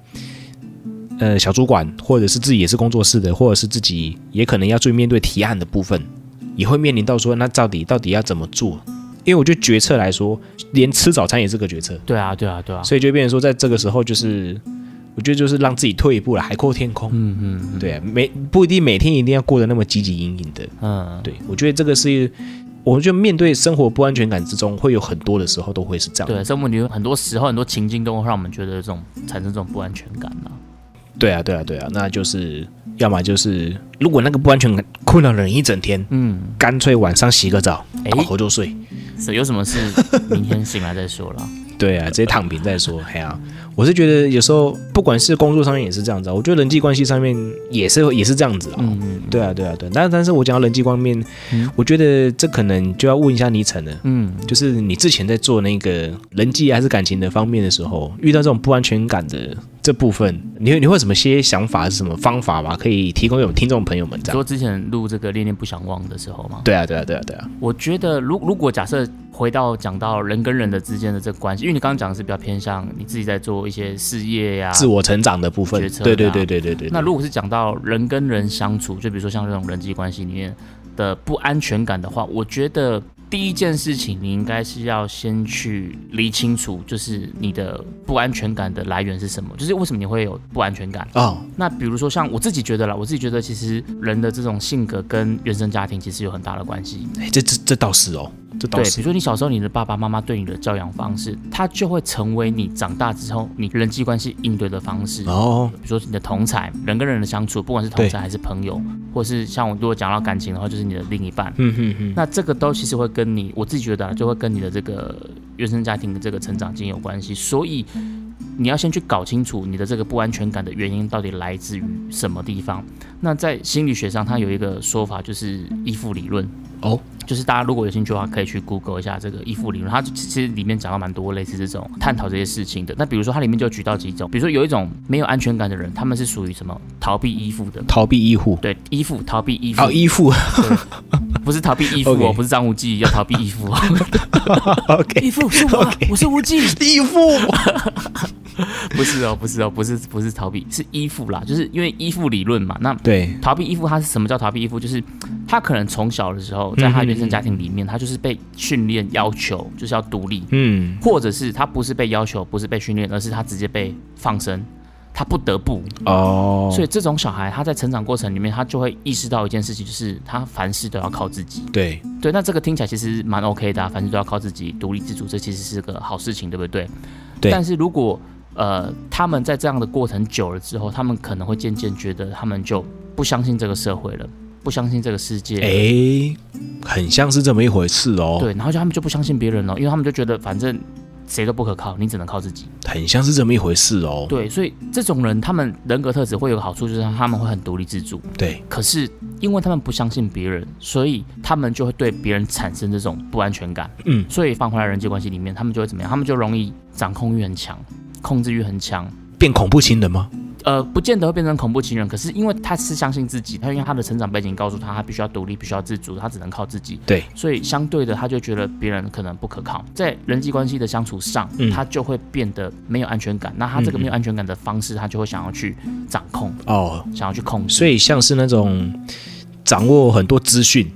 Speaker 2: 呃小主管，或者是自己也是工作室的，或者是自己也可能要去面对提案的部分，也会面临到说那到底到底要怎么做？因为我觉得决策来说，连吃早餐也是个决策。
Speaker 1: 对啊，对啊，对啊，
Speaker 2: 所以就变成说，在这个时候就是，我觉得就是让自己退一步了，海阔天空。嗯嗯，对啊，每不一定每天一定要过得那么积极盈盈的。
Speaker 1: 嗯，
Speaker 2: 对，我觉得这个是，我觉得面对生活不安全感之中，会有很多的时候都会是这样。
Speaker 1: 对，所以我们有很多时候很多情境都会让我们觉得这种产生这种不安全感啊。
Speaker 2: 对啊，对啊，对啊，那就是要么就是，如果那个不安全感困扰了你一整天，
Speaker 1: 嗯，
Speaker 2: 干脆晚上洗个澡，
Speaker 1: 哎
Speaker 2: 倒头就睡。
Speaker 1: 是有什么事明天醒来再说了。
Speaker 2: 嗯 [laughs] 对啊，直接躺平再说。 [laughs] 哎呀、我是觉得有时候不管是工作上面也是这样子啊，我觉得人际关系上面也是也是这样子啊。
Speaker 1: 嗯
Speaker 2: 对啊，对啊，对啊。但但是我讲到人际方面，我觉得这可能就要问一下倪晨了。
Speaker 1: 嗯，
Speaker 2: 就是你之前在做那个人际还是感情的方面的时候，遇到这种不安全感的这部分，你会你会有什么些想法，是什么方法吧？可以提供给我们听众朋友们这
Speaker 1: 你
Speaker 2: 样。
Speaker 1: 说之前录这个《恋恋不想忘》的时候嘛，
Speaker 2: 对啊，对啊，对啊，对啊，
Speaker 1: 我觉得如如果假设回到讲到人跟人的之间的这个关系，因为你刚刚讲的是比较偏向你自己在做一些事业啊呀、
Speaker 2: 自我成长的部分
Speaker 1: 决，策
Speaker 2: 对
Speaker 1: 的
Speaker 2: 对
Speaker 1: 啊
Speaker 2: 对对对对。
Speaker 1: 那如果是讲到人跟人相处，就比如说像这种人际关系里面的不安全感的话，我觉得第一件事情你应该是要先去理清楚，就是你的不安全感的来源是什么，就是为什么你会有不安全感。
Speaker 2: 哦，
Speaker 1: 那比如说像我自己觉得啦，我自己觉得其实人的这种性格跟原生家庭其实有很大的关系。
Speaker 2: 哎这这这倒是哦，这
Speaker 1: 对，
Speaker 2: 倒
Speaker 1: 比
Speaker 2: 是
Speaker 1: 如说你小时候你的爸爸妈妈对你的教养方式，它就会成为你长大之后你人际关系应对的方式。
Speaker 2: 哦，
Speaker 1: 比如说你的同才，人跟人的相处，不管是同才还是朋友，或是像我如果讲到感情的话，就是你的另一半。
Speaker 2: 嗯哼哼，
Speaker 1: 那这个都其实会跟你，我自己觉得、啊、就会跟你的这个原生家庭的这个成长经验有关系，所以你要先去搞清楚你的这个不安全感的原因到底来自于什么地方。那在心理学上，它有一个说法就是依附理论，
Speaker 2: 哦，
Speaker 1: 就是大家如果有兴趣的话，可以去 Google 一下这个依附理论，它其实里面讲到蛮多类似这种探讨这些事情的。那比如说它里面就举到几种，比如说有一种没有安全感的人，他们是属于什么逃避依附的。
Speaker 2: 逃避依附，
Speaker 1: 对，依附逃避依附，
Speaker 2: 哦，依附
Speaker 1: 不是逃避 [laughs] 依附哦
Speaker 2: OK
Speaker 1: 不是张无忌要逃避依 [laughs] 附哦，
Speaker 2: [laughs] ，OK，
Speaker 1: 依附是我我是无忌，
Speaker 2: 依附，
Speaker 1: [laughs] 不是哦，不是哦，不是不是逃避，是依附啦，就是因为依附理论嘛。那
Speaker 2: 对，
Speaker 1: 逃避依附，它是什么叫逃避依附？就是他可能从小的时候，在他原生家庭里面，他就是被训练要求就是要独立，
Speaker 2: 嗯，
Speaker 1: 或者是他不是被要求，不是被训练，而是他直接被放生，他不得不。
Speaker 2: 哦，
Speaker 1: 所以这种小孩，他在成长过程里面，他就会意识到一件事情，就是他凡事都要靠自己。
Speaker 2: 对，
Speaker 1: 对，那这个听起来其实蛮 OK 的、啊，凡事都要靠自己，独立自主，这其实是个好事情，对不对？
Speaker 2: 对
Speaker 1: 但是如果呃他们在这样的过程久了之后，他们可能会渐渐觉得他们就不相信这个社会了，不相信这个世界了。
Speaker 2: 哎，很像是这么一回事哦，
Speaker 1: 对，然后就他们就不相信别人了，因为他们就觉得反正谁都不可靠，你只能靠自己。
Speaker 2: 很像是这么一回事哦，
Speaker 1: 对，所以这种人他们人格特质会有个好处，就是他们会很独立自主。
Speaker 2: 对，
Speaker 1: 可是因为他们不相信别人，所以他们就会对别人产生这种不安全感。
Speaker 2: 嗯
Speaker 1: 所以放回来人际关系里面，他们就会怎么样？他们就容易掌控欲很强，控制欲很强。
Speaker 2: 变恐怖情人吗？
Speaker 1: 呃，不见得会变成恐怖情人，可是因为他是相信自己，他因为他的成长背景告诉他，他必须要独立，必须要自主，他只能靠自己。
Speaker 2: 对，
Speaker 1: 所以相对的，他就觉得别人可能不可靠，在人际关系的相处上，
Speaker 2: 嗯
Speaker 1: 他就会变得没有安全感。那他这个没有安全感的方式，他就会想要去掌控，
Speaker 2: 哦，
Speaker 1: 想要去控制。
Speaker 2: 所以像是那种掌握很多资讯，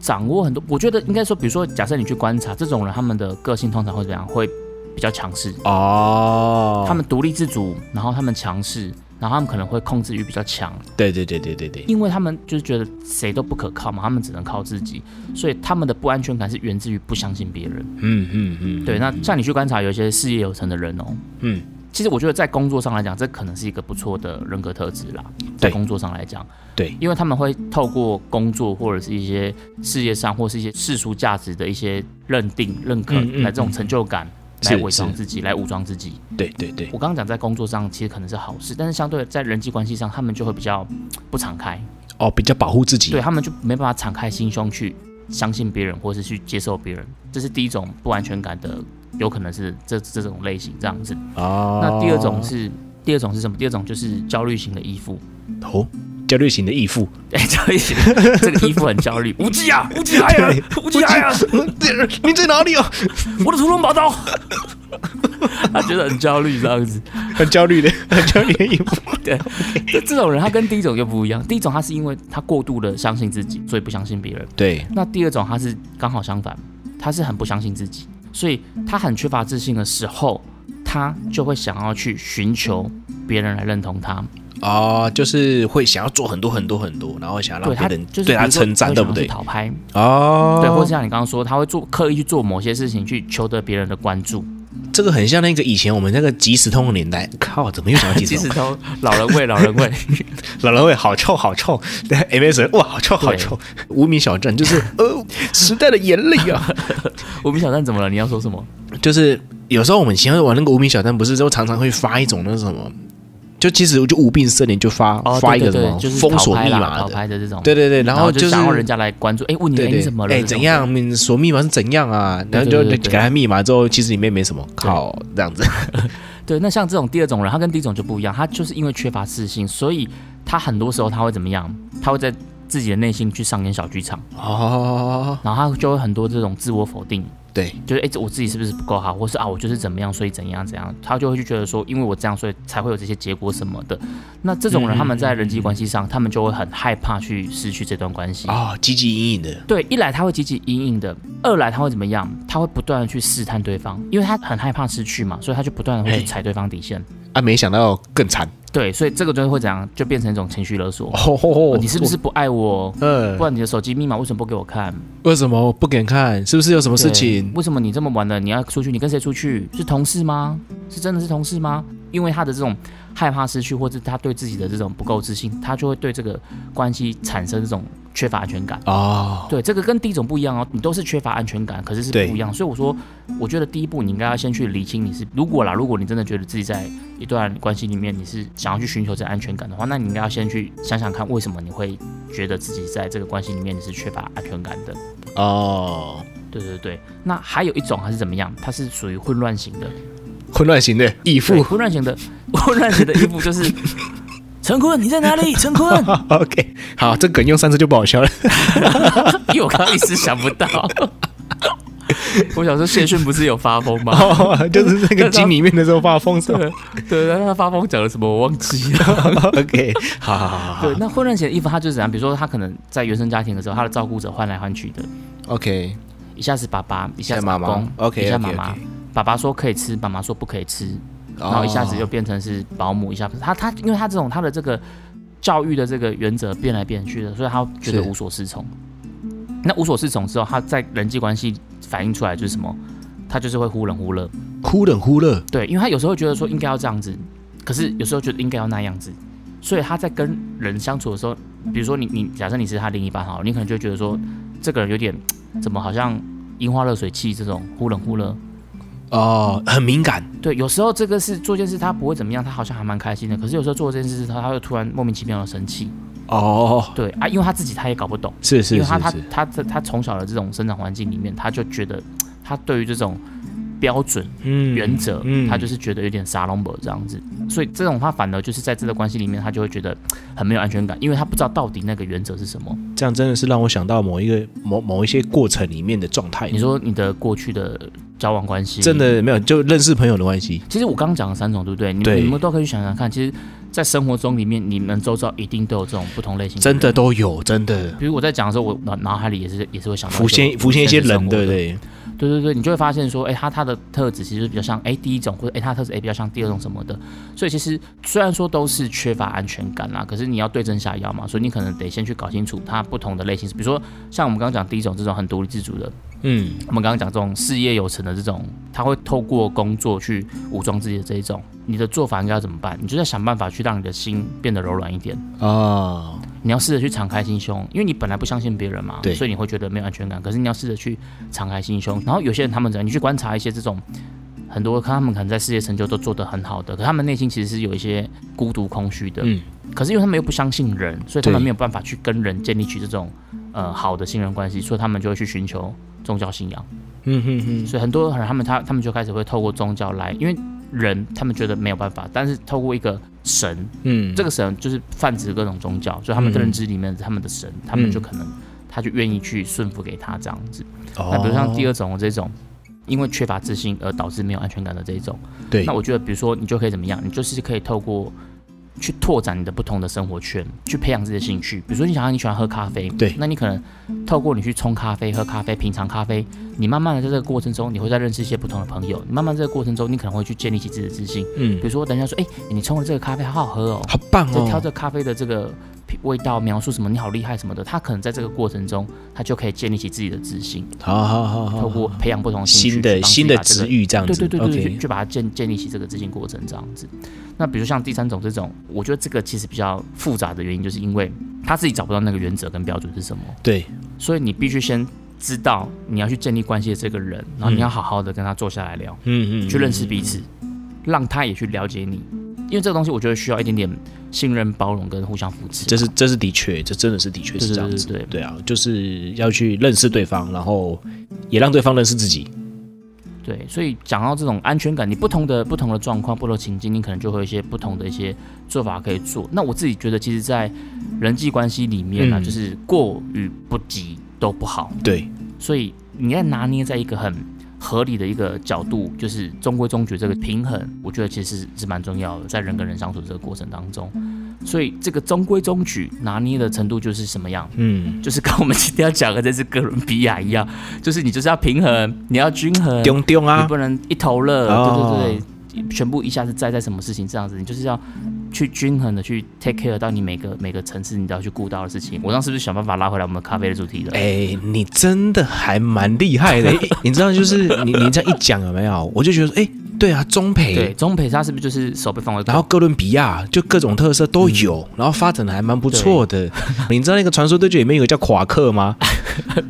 Speaker 1: 掌握很多。我觉得应该说，比如说，假设你去观察这种人，他们的个性通常会怎样？会比较强势，
Speaker 2: 哦，
Speaker 1: 他们独立自主，然后他们强势，然后他们可能会控制欲比较强，
Speaker 2: 对对对对对对，
Speaker 1: 因为他们就是觉得谁都不可靠嘛，他们只能靠自己，所以他们的不安全感是源自于不相信别人。
Speaker 2: 嗯嗯嗯，
Speaker 1: 对，那像你去观察有一些事业有成的人哦，
Speaker 2: 嗯，
Speaker 1: 其实我觉得在工作上来讲，这可能是一个不错的人格特质啦。在
Speaker 2: 对
Speaker 1: 工作上来讲，
Speaker 2: 对，
Speaker 1: 因为他们会透过工作或者是一些事业上或是一些世俗价值的一些认定、认可，
Speaker 2: 嗯嗯
Speaker 1: 来这种成就感。
Speaker 2: 是
Speaker 1: 来伪装
Speaker 2: 是
Speaker 1: 自己，来武装自己。
Speaker 2: 对对对，
Speaker 1: 我刚刚讲在工作上其实可能是好事，但是相对在人际关系上，他们就会比较不敞开。
Speaker 2: 哦，比较保护自己。
Speaker 1: 对他们就没办法敞开心胸去相信别人，或是去接受别人，这是第一种不安全感的，有可能是这这种类型这样子。
Speaker 2: 哦，
Speaker 1: 那第二种是第二种是什么？第二种就是焦虑型的依附。
Speaker 2: 哦，焦虑型的义父，
Speaker 1: [laughs] 哎、焦虑型，这个依附很焦虑。无忌啊，无忌来呀、
Speaker 2: 对
Speaker 1: 无忌来呀、
Speaker 2: [laughs] 你在哪里哦？
Speaker 1: 我的屠龙宝刀。他觉得很焦虑这样子。
Speaker 2: 很焦虑的， [laughs] 很焦虑的义父。
Speaker 1: 对，这这种人他跟第一种又不一样。第一种他是因为他过度的相信自己，所以不相信别人。
Speaker 2: [laughs] 对，
Speaker 1: 那第二种他是刚好相反，他是很不相信自己，所以他很缺乏自信的时候，他就会想要去寻求别人来认同他，
Speaker 2: 哦，就是会想要做很多很多很多，然后想要
Speaker 1: 对
Speaker 2: 让
Speaker 1: 他
Speaker 2: 别人
Speaker 1: 就是
Speaker 2: 对
Speaker 1: 比
Speaker 2: 他
Speaker 1: 如说
Speaker 2: 称赞，
Speaker 1: 会
Speaker 2: 对不
Speaker 1: 想要去
Speaker 2: 对？啊
Speaker 1: 讨拍，
Speaker 2: 哦，
Speaker 1: 对，或者像你刚刚说，他会做刻意去做某些事情去求得别人的关注，
Speaker 2: 这个很像那个以前我们那个即时通的年代。靠，怎么又想 [laughs] 到即
Speaker 1: 其
Speaker 2: 时
Speaker 1: 实
Speaker 2: 通？
Speaker 1: 都老人味，老人味，
Speaker 2: 老人会好臭好臭对，MSN 哇好臭好臭，无名小
Speaker 1: [laughs]
Speaker 2: 站就是呃时代的眼泪啊，
Speaker 1: [laughs] 我没想到怎么了？你要说什么？
Speaker 2: 就是有时候我们以前玩那个无名小站，不是都常常会发一种那什么，就其实我就无病呻吟就发、
Speaker 1: 哦，
Speaker 2: 发
Speaker 1: 对
Speaker 2: 一个
Speaker 1: 对
Speaker 2: 什
Speaker 1: 对
Speaker 2: 么、，
Speaker 1: 就是
Speaker 2: 封
Speaker 1: 讨
Speaker 2: 锁
Speaker 1: 拍
Speaker 2: 密
Speaker 1: 啦
Speaker 2: 码
Speaker 1: 讨
Speaker 2: 的，
Speaker 1: 拍的这种，
Speaker 2: 对对对，
Speaker 1: 然
Speaker 2: 然后
Speaker 1: 就
Speaker 2: 就是
Speaker 1: 想。要人家来关注，哎，问你
Speaker 2: 对
Speaker 1: 哎你
Speaker 2: 对
Speaker 1: 怎么，了？
Speaker 2: 哎，
Speaker 1: 这种
Speaker 2: 怎？样？你锁密码是怎样啊？然
Speaker 1: 对
Speaker 2: 后
Speaker 1: 对
Speaker 2: 就
Speaker 1: 对
Speaker 2: 就
Speaker 1: 对
Speaker 2: 给
Speaker 1: 对
Speaker 2: 他密码之后，其实里面没什么，靠，这样子。
Speaker 1: [laughs] 对，那像这种第二种人，他跟第一种就不一样，他就是因为缺乏自信，所以他很多时候他会怎么样？他会在自己的内心去上演小剧场，
Speaker 2: 哦，
Speaker 1: 然后他就会很多这种自我否定，
Speaker 2: 对，
Speaker 1: 就是哎、这我自己是不是不够好，或是啊，我就是怎么样，所以怎样怎样，他就会去觉得说，因为我这样，所以才会有这些结果什么的。那这种人，他们在人际关系上，他们就会很害怕去失去这段关系。
Speaker 2: 哦，积极阴影的，
Speaker 1: 对，一来他会积极阴影的，二来他会怎么样？他会不断的去试探对方，因为他很害怕失去嘛，所以他就不断的会
Speaker 2: 哎
Speaker 1: 去踩对方底线。
Speaker 2: 啊，没想到更惨。
Speaker 1: 对，所以这个就会怎样，就变成一种情绪勒索。
Speaker 2: 哦
Speaker 1: 哦你是不是？不爱我？
Speaker 2: 呃
Speaker 1: 不，然你的手机密码为什么不给我看？
Speaker 2: 为什么不敢看？是不是有什
Speaker 1: 不
Speaker 2: 么事情？
Speaker 1: 为什么你这么晚了你要出去？你跟谁出去？是同事吗？是真的是同事吗？因为他的这种害怕失去，或者他对自己的这种不够自信，他就会对这个关系产生这种缺乏安全感。
Speaker 2: 哦，
Speaker 1: 对，这个跟第一种不一样哦，你都是缺乏安全感，可是是
Speaker 2: 对
Speaker 1: 不一样。所以我说，我觉得第一步你应该要先去理清你是，如果啦，如果你真的觉得自己在一段关系里面你是想要去寻求这安全感的话，那你应该要先去想想看，为什么你会觉得自己在这个关系里面你是缺乏安全感的。
Speaker 2: 哦，
Speaker 1: 对对对，那还有一种它是怎么样？它是属于混乱型的，
Speaker 2: 混乱型的
Speaker 1: 对，
Speaker 2: 义
Speaker 1: [laughs]
Speaker 2: 父。
Speaker 1: 混乱型的，混乱型的衣服就是陈坤，你在哪里？陈坤，
Speaker 2: [laughs]
Speaker 1: [laughs]
Speaker 2: OK，好，这梗用三次就不好笑了。
Speaker 1: 因为我刚刚一时想不到， [laughs] 我想说谢逊不是有发疯吗？
Speaker 2: 哦，就是
Speaker 1: [laughs]
Speaker 2: 那个井里面的时候发疯是吧
Speaker 1: 对对，但是他发疯讲了什么我忘记了。
Speaker 2: [laughs] ？OK，好好好
Speaker 1: [laughs]
Speaker 2: 好
Speaker 1: 对，那混乱型的衣服，他就是怎样？比如说，他可能在原生家庭的时候，他的照顾者换来换去的，
Speaker 2: ，OK，
Speaker 1: 一下是爸爸，一下
Speaker 2: 一下
Speaker 1: 是
Speaker 2: 妈
Speaker 1: 妈
Speaker 2: 妈
Speaker 1: 公
Speaker 2: OK，
Speaker 1: 一下
Speaker 2: OK，
Speaker 1: 妈妈
Speaker 2: OK，
Speaker 1: 爸爸说可以吃，妈妈说不可以吃，
Speaker 2: 然
Speaker 1: 然后一下
Speaker 2: 哦
Speaker 1: 子又变成是保姆，一下他他，因为他这种他的这个教育的这个原则变来变去的，所以他觉得
Speaker 2: 是
Speaker 1: 无所适从。那无所适从之后，他在人际关系反映出来就是什么？他就是会忽冷忽热，
Speaker 2: 忽冷忽热。
Speaker 1: 对，因为他有时候觉得说应该要这样子，可是有时候觉得应该要那样子，所以他在跟人相处的时候，比如说你你假设你是他另一半好了，你可能就会觉得说这个人有点怎么好像樱花热水器这种忽冷忽热。
Speaker 2: 哦，很敏感。
Speaker 1: 对，有时候这个是做件事他不会怎么样，他好像还蛮开心的，可是有时候做这件事他他会突然莫名其妙的生气。
Speaker 2: 哦，
Speaker 1: 对啊，因为他自己他也搞不懂，
Speaker 2: 是是
Speaker 1: 因
Speaker 2: 是
Speaker 1: 为他他
Speaker 2: 是，
Speaker 1: 他他他从小的这种生长环境里面，他就觉得他对于这种标准
Speaker 2: 嗯
Speaker 1: 原则，
Speaker 2: 嗯
Speaker 1: 他就是觉得有点沙龙伯这样子，所以这种他反而就是在这个关系里面，他就会觉得很没有安全感，因为他不知道到底那个原则是什么。
Speaker 2: 这样，真的是让我想到某一个某某一些过程里面的状态。
Speaker 1: 你说你的过去的交往关系，
Speaker 2: 真，的没有，就认识朋友的关系。
Speaker 1: 其实我刚刚讲的三种，对不对？你
Speaker 2: 对
Speaker 1: 们你们都可以去想想看，其实，在生活中里面，你们周遭一定都有这种不同类型的
Speaker 2: 真
Speaker 1: 人。
Speaker 2: 的都有，真的
Speaker 1: 比如我在讲的时候，我脑脑海里也是也是会想到
Speaker 2: 浮
Speaker 1: 这
Speaker 2: 现
Speaker 1: 种
Speaker 2: 浮现一些
Speaker 1: 现实
Speaker 2: 人，
Speaker 1: 生活
Speaker 2: 对不
Speaker 1: 的
Speaker 2: 对？
Speaker 1: 嗯对对对，你就会发现说，哎，他他的特质其实比较像哎第一种，或者哎他的特质哎比较像第二种什么的。所以其实虽然说都是缺乏安全感啦，可是你要对症下药嘛，所以你可能得先去搞清楚它不同的类型，比如说像我们刚刚讲第一种这种很独立自主的，
Speaker 2: 嗯，
Speaker 1: 我们刚刚讲这种事业有成的这种，他会透过工作去武装自己的这一种，你的做法应该要怎么办？你就在想办法去让你的心变得柔软一点。
Speaker 2: 哦，
Speaker 1: 你要试着去敞开心胸，因为你本来不相信别人嘛，
Speaker 2: 对
Speaker 1: 所以你会觉得没有安全感。可是你要试着去敞开心胸。然后有些人他们怎样？你去观察一些这种很多，看他们可能在事业成就都做得很好的，可他们内心其实是有一些孤独空虚的。
Speaker 2: 嗯，
Speaker 1: 可是因为他们又不相信人，所以他们
Speaker 2: 对
Speaker 1: 没有办法去跟人建立起这种呃好的信任关系，所以他们就会去寻求宗教信仰。
Speaker 2: 嗯哼哼，
Speaker 1: 所以很多人他们他他们就开始会透过宗教来，因为人他们觉得没有办法，但是透过一个神，
Speaker 2: 嗯，
Speaker 1: 这
Speaker 2: 个
Speaker 1: 个神就是泛指各种宗教，所以他
Speaker 2: 嗯
Speaker 1: 们的认知里面他们的神，他们就可能他就愿意去顺服给他这样子。那比如像第
Speaker 2: 二，
Speaker 1: 二种这种，因为缺乏自信而导致没有安全感的这一种，
Speaker 2: 对，
Speaker 1: 那我觉得比如说你就可以怎么样，你就是可以透过。去拓展你的不同的生活圈，去培养自己的兴趣。比如说，你想要你喜欢喝咖啡，
Speaker 2: 对
Speaker 1: 那你可能透过你去冲咖啡、喝咖啡、品尝咖啡，你慢慢的在这个过程中，你会再认识一些不同的朋友。你慢慢这个过程中，你可能会去建立起自己的自信。
Speaker 2: 嗯
Speaker 1: 比，如说，等一下说，哎、你冲了这个咖啡，好好喝哦，
Speaker 2: 好棒
Speaker 1: 这挑
Speaker 2: 哦，
Speaker 1: 着咖啡的这个品味道描述什么，你好厉害什么的，他可能在这个过程中，他就可以建立起自己的自信，
Speaker 2: 好好好好
Speaker 1: 透过
Speaker 2: 好
Speaker 1: 培养不同的兴趣
Speaker 2: 哦新
Speaker 1: 去
Speaker 2: 的
Speaker 1: 帮自己
Speaker 2: 新
Speaker 1: 把这
Speaker 2: 的
Speaker 1: 个
Speaker 2: 职域这样
Speaker 1: 对
Speaker 2: 子，
Speaker 1: 对对对对，去
Speaker 2: OK，
Speaker 1: 去把它建建立起这个自信过程这样子。那比如像第三种这种，我觉得这个其实比较复杂的原因，就是因为他自己找不到那个原则跟标准是什么，
Speaker 2: 对，
Speaker 1: 所以你必须先知道你要去建立关系的这个人，然后
Speaker 2: 嗯
Speaker 1: 你要好好的跟他坐下来聊。
Speaker 2: 嗯嗯，
Speaker 1: 去认识彼此，
Speaker 2: 嗯
Speaker 1: 让他也去了解你，因为这个东西我觉得需要一点点信任、包容跟互相扶持。
Speaker 2: 这是这是的确，这真的是的确
Speaker 1: 对
Speaker 2: 是
Speaker 1: 对
Speaker 2: 这样
Speaker 1: 对
Speaker 2: 子，
Speaker 1: 对对
Speaker 2: 对啊，就是要去认识对方，然后也让对方认识自己，
Speaker 1: 对，所以讲到这种安全感，你不同的不同的状况、不同的情境，你可能就会有一些不同的一些做法可以做。那我自己觉得，其实，在人际关系里面呢、
Speaker 2: 嗯
Speaker 1: 就是过与不及都不好，
Speaker 2: 对，
Speaker 1: 所以你要拿捏在一个很合理的一个角度，就是中规中矩这个平衡，我觉得其实是是蛮重要的，在人跟人相处这个过程当中。所以这个中规中矩拿捏的程度就是什么样？ [laughs]
Speaker 2: 嗯，
Speaker 1: 就是跟我们今天要讲的这次哥伦比亚一样，就是你就是要平衡，你要均衡，
Speaker 2: 丢丢
Speaker 1: 你
Speaker 2: 啊，
Speaker 1: 不能一头热，
Speaker 2: 哦
Speaker 1: 对对对，全部一下子栽在什么事情这样子，你就是要去均衡的去 take care 到你每个每个层次你都要去顾到的事情。我这样是不是想办法拉回来我们咖啡的主题了？
Speaker 2: 哎、你真的还蛮厉
Speaker 1: [laughs]
Speaker 2: 害的，欸你知道，就是你你这样一讲有没有？我就觉得说，哎、对啊，中
Speaker 1: 对，
Speaker 2: 培，
Speaker 1: 中培他是不是就是手被放在 [laughs]
Speaker 2: 然后哥伦比亚就各种特色都有，
Speaker 1: 嗯
Speaker 2: 然后发展的还蛮不
Speaker 1: [laughs]
Speaker 2: 错的。你知道那个传说对决里面有个叫夸克吗？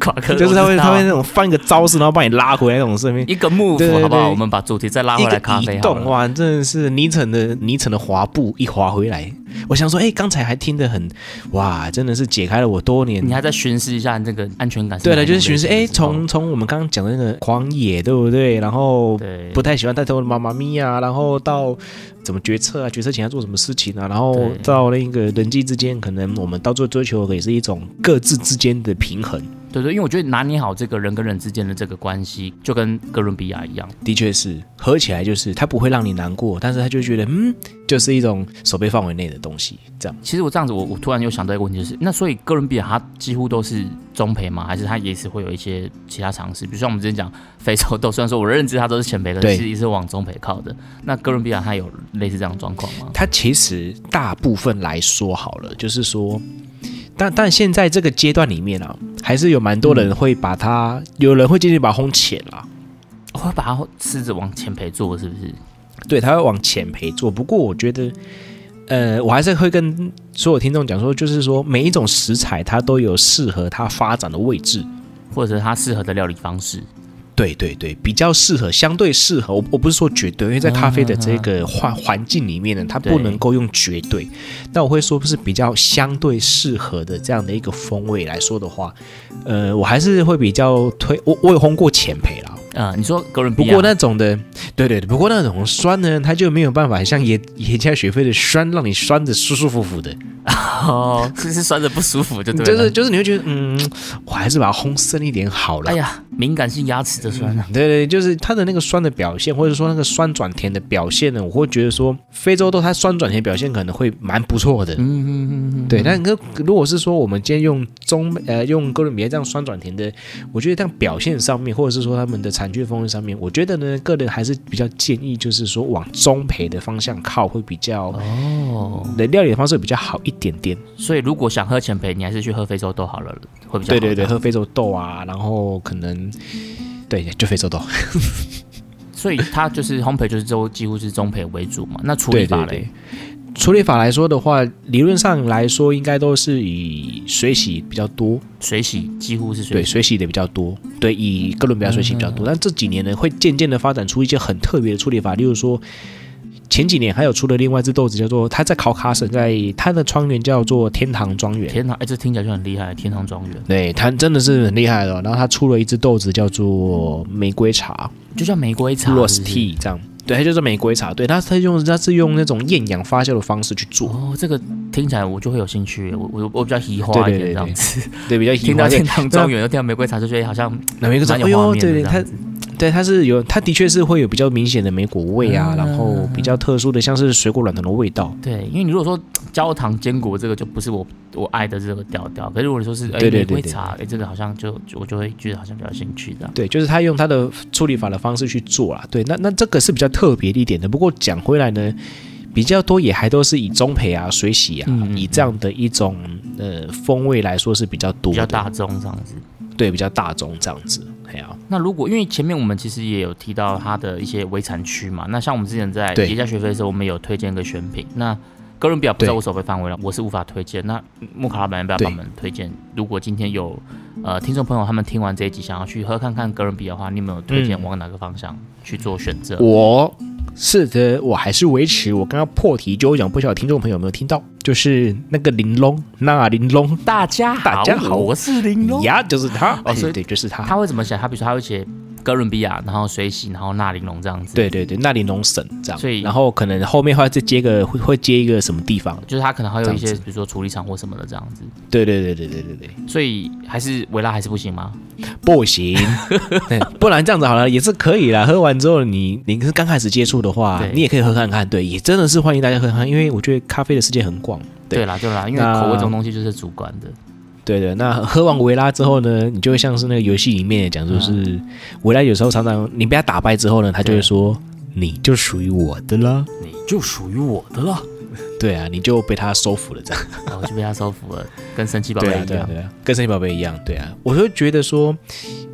Speaker 1: 垮壳？
Speaker 2: 就是他
Speaker 1: 我
Speaker 2: 会
Speaker 1: 知道
Speaker 2: 他会那种翻一个招式，然后把你拉回来那种视频。
Speaker 1: 一个 move
Speaker 2: 对对对
Speaker 1: 好不好？我们把主题再拉
Speaker 2: 一
Speaker 1: 回来咖
Speaker 2: 个
Speaker 1: 啡
Speaker 2: 移
Speaker 1: 好
Speaker 2: 动
Speaker 1: 了。
Speaker 2: 哇，真的是泥城的泥城的滑步一滑回来，我想说，哎、刚才还听得很哇，真的是解开了我多年
Speaker 1: 你还在巡视一下这个安全感？
Speaker 2: 对了，就是寻思，哎，
Speaker 1: 诶，
Speaker 2: 从从我们刚刚讲的那个狂野，对不对？然后
Speaker 1: 对
Speaker 2: 不太喜欢带头的妈妈咪呀、然后到怎么决策啊，决策前要做什么事情啊，然后
Speaker 1: 对
Speaker 2: 到那个人际之间，可能我们到最后追求的也是一种各自之间的平衡。
Speaker 1: 对对，因为我觉得拿捏好这个人跟人之间的这个关系，就跟哥伦比亚一样，
Speaker 2: 的确是合起来，就是它不会让你难过，但是它就觉得，嗯，就是一种手背范围内的东西，这样。
Speaker 1: 其实我这样子我，我突然又想到一个问题，就是那所以哥伦比亚它几乎都是中培吗？还是它也是会有一些其他尝试？比如像我们之前讲非洲豆，虽然说我认知它都是前培，可
Speaker 2: 对
Speaker 1: 是其实也是往中培靠的。那哥伦比亚它有类似这样的状况吗？
Speaker 2: 它其实大部分来说好了，就是说，但但现在这个阶段里面啊，还是有蛮多人会把它，有人会渐渐把它烘浅了。
Speaker 1: 我会把它狮子往前培做，是不是？
Speaker 2: 对，他会往浅培做。不过我觉得，呃，我还是会跟所有听众讲说，就是说每一种食材它都有适合它发展的位置。
Speaker 1: 或者是它适合的料理方式？
Speaker 2: 对对对，比较适合，相对适合。我我不是说绝对，因为在咖啡的这个
Speaker 1: 啊
Speaker 2: 环环境里面呢，它不
Speaker 1: 对
Speaker 2: 能够用绝对。但我会说，是比较相对适合的这样的一个风味来说的话，呃，我还是会比较推。我我有烘过浅培啦，
Speaker 1: 呃，你说哥伦比
Speaker 2: 不
Speaker 1: 亚？
Speaker 2: 过那种的，对对对，不过那种酸呢，它就没有办法像野野家雪菲的酸，让你酸的舒舒服服的，
Speaker 1: 哦， [laughs] 是是酸的不舒服，就对了。
Speaker 2: 就是就是你会觉得，嗯，我还是把它烘深一点好了。
Speaker 1: 哎呀，敏感性牙齿的酸啊。
Speaker 2: [laughs] 对对，就是它的那个酸的表现，或者说那个酸转甜的表现呢，我会觉得说，非洲豆它酸转甜表现可能会蛮不错的。
Speaker 1: 嗯嗯嗯嗯，
Speaker 2: 对，但如如果是说我们今天用中呃用哥伦比亚这样酸转甜的，我觉得这样表现上面，或者是说他们的产区风味上面，我觉得呢，个人还是比较建议就是说往中培的方向靠，会比较
Speaker 1: 哦，
Speaker 2: 的料理的方式比较好一点点。
Speaker 1: 所以如果想喝前培，你还是去喝非洲豆好了，会比较好。嗯
Speaker 2: 对对对，喝非洲豆啊，然后可能对就非洲豆，
Speaker 1: 所以它就是烘焙，就是都几乎是中培为主嘛。那处理
Speaker 2: 对
Speaker 1: 法
Speaker 2: 对
Speaker 1: 嘞
Speaker 2: 对，。处理法来说的话，理论上来说应该都是以水洗比较多，
Speaker 1: 水洗几乎是
Speaker 2: 对
Speaker 1: 水洗。
Speaker 2: 水洗的比较多，对以
Speaker 1: 嗯
Speaker 2: 哥伦比亚水洗比较多，但这几年呢，会渐渐的发展出一些很特别的处理法，例如说前几年还有出了另外一只豆子，叫做它在考卡省，在它的庄园叫做天堂庄园。
Speaker 1: 天堂，哎、这听起来就很厉害，天堂庄园
Speaker 2: 对，它真的是很厉害的哦。然后它出了一只豆子叫做玫瑰茶
Speaker 1: 就叫玫瑰茶
Speaker 2: r o s
Speaker 1: 啊是
Speaker 2: e
Speaker 1: 不是
Speaker 2: Tea） 这样。对，它就是玫瑰茶。对，它它用它是用那种厌氧发酵的方式去做，
Speaker 1: 哦，这个听起来我就会有兴趣，我我我比较喜花一
Speaker 2: 对
Speaker 1: 点
Speaker 2: 对对对
Speaker 1: 这样子。
Speaker 2: 对，比较喜
Speaker 1: 听到
Speaker 2: 欢。
Speaker 1: 天堂庄园，又听到玫瑰茶，就觉得好像
Speaker 2: 那玫瑰茶，
Speaker 1: 蛮有
Speaker 2: 哎
Speaker 1: 画
Speaker 2: 呦，
Speaker 1: 面的
Speaker 2: 对对，
Speaker 1: 这
Speaker 2: 它
Speaker 1: 样子
Speaker 2: 对它是有，它的确是会有比较明显的莓果味
Speaker 1: 嗯
Speaker 2: 啊，然后比较特殊的像是水果软糖的味道。
Speaker 1: 对，因为你如果说焦糖坚果这个就不是我我爱的这个调调，可是如果你说是哎
Speaker 2: 对对
Speaker 1: 玫
Speaker 2: 对
Speaker 1: 瑰
Speaker 2: 对
Speaker 1: 茶，哎这个好像就就我就会觉得好像比较有兴趣这样。
Speaker 2: 对，就是他用他的处理法的方式去做啊啦。对，那那这个是比较特别的一点的。不过讲回来呢，比较多也还都是以中培啊、水洗啊，
Speaker 1: 嗯嗯嗯
Speaker 2: 以这样的一种呃风味来说是比较多
Speaker 1: 比
Speaker 2: 的，
Speaker 1: 较大众这样子。
Speaker 2: 对，比较大众这样子。哎呀、
Speaker 1: 那如果因为前面我们其实也有提到它的一些围产区嘛，那像我们之前在
Speaker 2: 对
Speaker 1: 叠加学费的时候，我们有推荐一个选品。那哥伦比亚不在我手背范围了，我是无法推荐。那木卡老板要不要
Speaker 2: 对
Speaker 1: 帮我们推荐？如果今天有呃听众朋友他们听完这一集想要去喝看看哥伦比亚的话，你们有推荐
Speaker 2: 嗯
Speaker 1: 往哪个方向去做选择？
Speaker 2: 我是的，我还是维持我刚刚破题就讲，不晓得听众朋友有没有听到，就是那个玲珑，那玲珑
Speaker 1: 大家好，
Speaker 2: 大家好
Speaker 1: 我是玲珑。
Speaker 2: 呀，就是他，哎
Speaker 1: 哦所以
Speaker 2: 对，就是他，
Speaker 1: 他会怎么写？他比如说他会写哥伦比亚，啊然后水洗，然后纳玲珑这样子。，
Speaker 2: 对对对，那玲珑省这样，
Speaker 1: 所以
Speaker 2: 然后可能后面会再接个会会接一个什么地方，
Speaker 1: 就是他可能还有一
Speaker 2: 这
Speaker 1: 些
Speaker 2: 样
Speaker 1: 比如说处理厂或什么的这样子。
Speaker 2: 对对对对对对对。
Speaker 1: 所以还是维拉还是不行吗？
Speaker 2: 不行， [laughs] 对不然这样子好了，也是可以啦。喝完之后你，你是刚开始接触的话
Speaker 1: 对，
Speaker 2: 你也可以喝看看，对，也真的是欢迎大家喝看看，因为我觉得咖啡的世界很广。对
Speaker 1: 对啦，对啦，因为
Speaker 2: 那
Speaker 1: 口味这种东西就是主观的。
Speaker 2: 对的，那喝完维拉之后呢，你就会像是那个游戏里面讲，就是维拉有时候常常你被他打败之后呢，他就会说你就属于我的啦。
Speaker 1: 你就属于我的了，
Speaker 2: 对啊，你就被他收服了这样。
Speaker 1: 然后哦就被他收服了，跟神奇宝贝
Speaker 2: 对啊，
Speaker 1: 一
Speaker 2: 对啊，
Speaker 1: 样。
Speaker 2: 对啊，跟神奇宝贝一样，对啊。我就觉得说，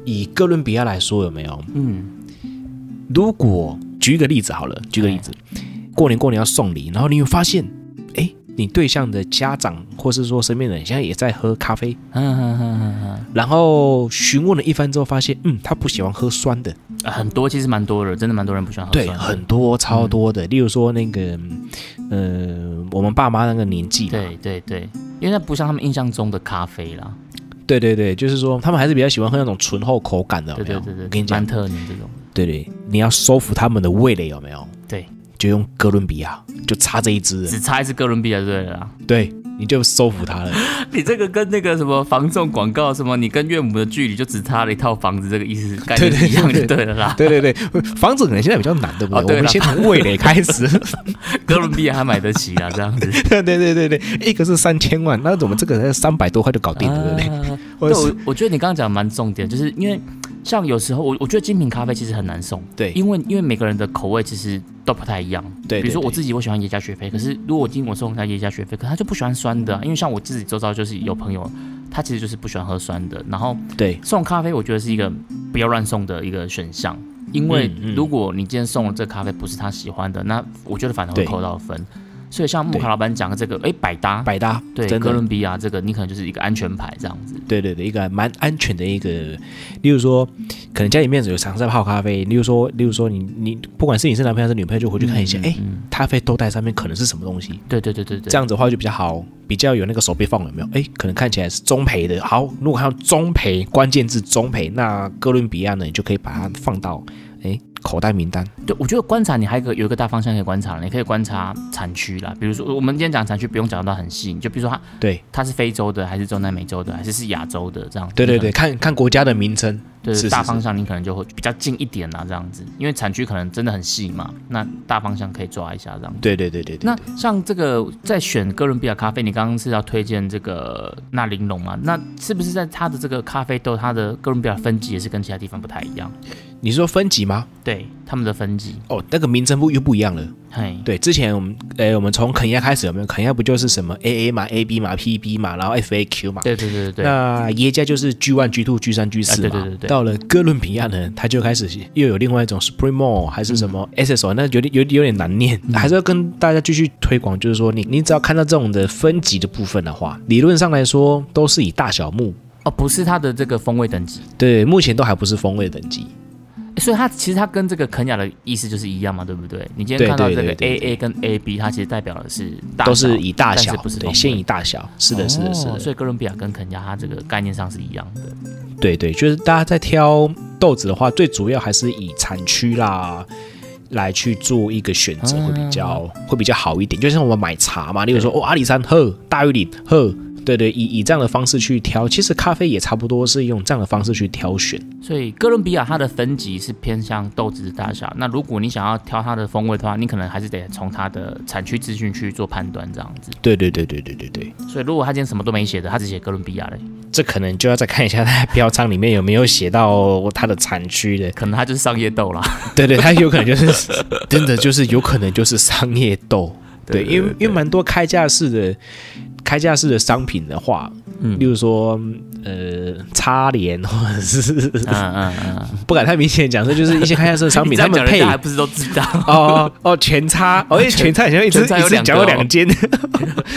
Speaker 2: 以哥伦比亚来说，有没有？
Speaker 1: 嗯，
Speaker 2: 如果举一个例子好了，举个例子，过年过年要送礼，然后你会发现，哎，你对象的家长或是说身边的人现在也在喝咖啡，
Speaker 1: 嗯哼哼哼哼
Speaker 2: 然后询问了一番之后，发现，嗯，他不喜欢喝酸的，
Speaker 1: 呃很多其实蛮多的，真的蛮多人不喜欢喝
Speaker 2: 对，
Speaker 1: 酸的
Speaker 2: 很多超多的，例如说那个，嗯呃，我们爸妈那个年纪嘛，
Speaker 1: 对对对，因为那不像他们印象中的咖啡啦。
Speaker 2: 对对对，就是说他们还是比较喜欢喝那种醇厚口感的，有
Speaker 1: 对
Speaker 2: 哦没
Speaker 1: 对对
Speaker 2: 有？
Speaker 1: 对，
Speaker 2: 我跟你讲
Speaker 1: 曼，特宁这种。
Speaker 2: 对对，你要收服他们的味蕾，有没有？
Speaker 1: 对，
Speaker 2: 就用哥伦比亚，就差这一支了，
Speaker 1: 只差一支哥伦比亚就对了啦。 [laughs]
Speaker 2: 对，你就收服他了。 [laughs]
Speaker 1: 你这个跟那个什么防重广告什么，你跟岳母的距离就只差了一套房子，这个意思概念
Speaker 2: 对
Speaker 1: 是
Speaker 2: 对
Speaker 1: 一样就
Speaker 2: 对
Speaker 1: 对了啦。
Speaker 2: 对
Speaker 1: [laughs]
Speaker 2: 对对，房子可能现在比较难，对不对？
Speaker 1: 哦哦对
Speaker 2: 我
Speaker 1: 啦
Speaker 2: 们先从味蕾开始。 [laughs]
Speaker 1: 哥伦比亚还买得起啦，这样子。
Speaker 2: 对对对对，一个是三千万，那我们这个才三百多块就搞定了，对不对？
Speaker 1: 啊
Speaker 2: 或
Speaker 1: 对，
Speaker 2: 者是
Speaker 1: 我我觉得你刚刚讲的蛮重点，就是因为像有时候我我觉得精品咖啡其实很难送，
Speaker 2: 对
Speaker 1: 因为因为每个人的口味其实都不太一样。
Speaker 2: 对
Speaker 1: 比如说
Speaker 2: 对对
Speaker 1: 我自己我喜欢耶加雪菲，可是如果今天我送他耶加雪菲，可他就不喜欢酸
Speaker 2: 嗯
Speaker 1: 的啊、因为像我自己周遭就是有朋友，他其实就是不喜欢喝酸的，然后
Speaker 2: 对
Speaker 1: 送咖啡我觉得是一个不要乱送的一个选项。因为
Speaker 2: 嗯嗯
Speaker 1: 如果你今天送了这咖啡不是他喜欢的，那我觉得反而会
Speaker 2: 对
Speaker 1: 扣到分。所以像木卡老板讲的这个，哎，百搭，
Speaker 2: 百搭，
Speaker 1: 对
Speaker 2: 真
Speaker 1: 哥
Speaker 2: 的，
Speaker 1: 伦比亚这个，你可能就是一个安全牌这样子。
Speaker 2: 对对对，一个蛮安全的一个，例如说，可能家里面有常在泡咖啡，例如说，例如说你你不管是你是男朋友还是女朋友，就回去看一下，哎、咖啡豆袋上面可能是什么东西，
Speaker 1: 嗯对对对对对，
Speaker 2: 这样子的话就比较好，比较有那个手背缝有没有？哎，可能看起来是中培的。好，如果看到中培，关键字中培，那哥伦比亚呢，你就可以把它放到哎口袋名单。
Speaker 1: 对我觉得观察你还有一个有一个大方向可以观察，你可以观察产区啦。比如说，我们今天讲产区不用讲到很细，你就比如说它
Speaker 2: 对，
Speaker 1: 它是非洲的，还是中南美洲的，还是是亚洲的这样。
Speaker 2: 对对
Speaker 1: 你可
Speaker 2: 对，看看国家的名称。
Speaker 1: 能，
Speaker 2: 是
Speaker 1: 对
Speaker 2: 是
Speaker 1: 大方向你可能就会比较近一点啊啦，这样子，因为产区可能真的很细嘛，那大方向可以抓一下这样子。
Speaker 2: 对对对对对
Speaker 1: 那。像这个在选哥伦比亚咖啡，你刚刚是要推荐这个纳玲珑嘛？那是不是在它的这个咖啡豆，它的哥伦比亚分级也是跟其他地方不太一样？
Speaker 2: 你说分级吗？
Speaker 1: 对他们的分级，
Speaker 2: 哦，那个名称不又不一样了。
Speaker 1: 嘿，
Speaker 2: 对，之前我们哎，我们从肯亚开始有没有？肯亚不就是什么 AA 嘛、AB 嘛、PB 嘛，然后 FAQ 嘛。
Speaker 1: 对对对对对，
Speaker 2: 那耶加就是 G one、G two、G 三、G 四嘛。
Speaker 1: 啊对对对对
Speaker 2: 到了哥伦比亚呢，它就开始又有另外一种 Supremo 还是什么
Speaker 1: 嗯
Speaker 2: SSO，、那有点有有点难念，还是要跟大家继续推广，就是说你你只要看到这种的分级的部分的话，理论上来说都是以大小目。
Speaker 1: 哦，不是它的这个风味等级，
Speaker 2: 对，目前都还不是风味等级，
Speaker 1: 诶所以它其实它跟这个肯雅的意思就是一样嘛，对不对？你今
Speaker 2: 对
Speaker 1: 天看到
Speaker 2: 对
Speaker 1: 这个
Speaker 2: 对对
Speaker 1: A A 跟 A B，它其实代表的是大
Speaker 2: 都是
Speaker 1: 小
Speaker 2: 以大
Speaker 1: 但
Speaker 2: 小
Speaker 1: 是不是，
Speaker 2: 对，
Speaker 1: 风
Speaker 2: 现
Speaker 1: 格
Speaker 2: 以大小，是的，是的，是
Speaker 1: 哦
Speaker 2: 的，
Speaker 1: 所以哥伦比亚跟肯亚它这个概念上是一样的。
Speaker 2: 对对，就是大家在挑豆子的话，最主要还是以产区啦来去做一个选择，会比较会比较好一点。就像我们买茶嘛，例如说哦阿里山喝，大玉岭喝，对对，以以这样的方式去挑，其实咖啡也差不多是用这样的方式去挑选。
Speaker 1: 所以哥伦比亚它的分级是偏向豆子的大小。那如果你想要挑它的风味的话，你可能还是得从它的产区资讯去做判断这样子。
Speaker 2: 对对对对对对对，
Speaker 1: 所以如果他今天什么都没写的，他只写哥伦比亚嘞，
Speaker 2: 这可能就要再看一下它的标章里面有没有写到它的产区的。
Speaker 1: 可能他就是商业豆啦。
Speaker 2: [laughs] 对对，它有可能就是
Speaker 1: [laughs]
Speaker 2: 真的就是有可能就是商业豆。对，因为因为蛮多开架式的开架式的商品的话，
Speaker 1: 嗯
Speaker 2: 例如说呃擦脸或者是
Speaker 1: [laughs] 嗯嗯嗯，
Speaker 2: 不敢太明显讲，这就是一些开架式的
Speaker 1: [laughs]
Speaker 2: 商
Speaker 1: 你
Speaker 2: 品，
Speaker 1: 这
Speaker 2: 他
Speaker 1: 样
Speaker 2: 们
Speaker 1: 讲人
Speaker 2: 配
Speaker 1: 家还不是都知道？ [laughs]
Speaker 2: 哦哦全擦，哦因为全擦好像一直
Speaker 1: 全擦有
Speaker 2: 一直
Speaker 1: 两个
Speaker 2: 讲有
Speaker 1: 哦 [laughs]
Speaker 2: 两间，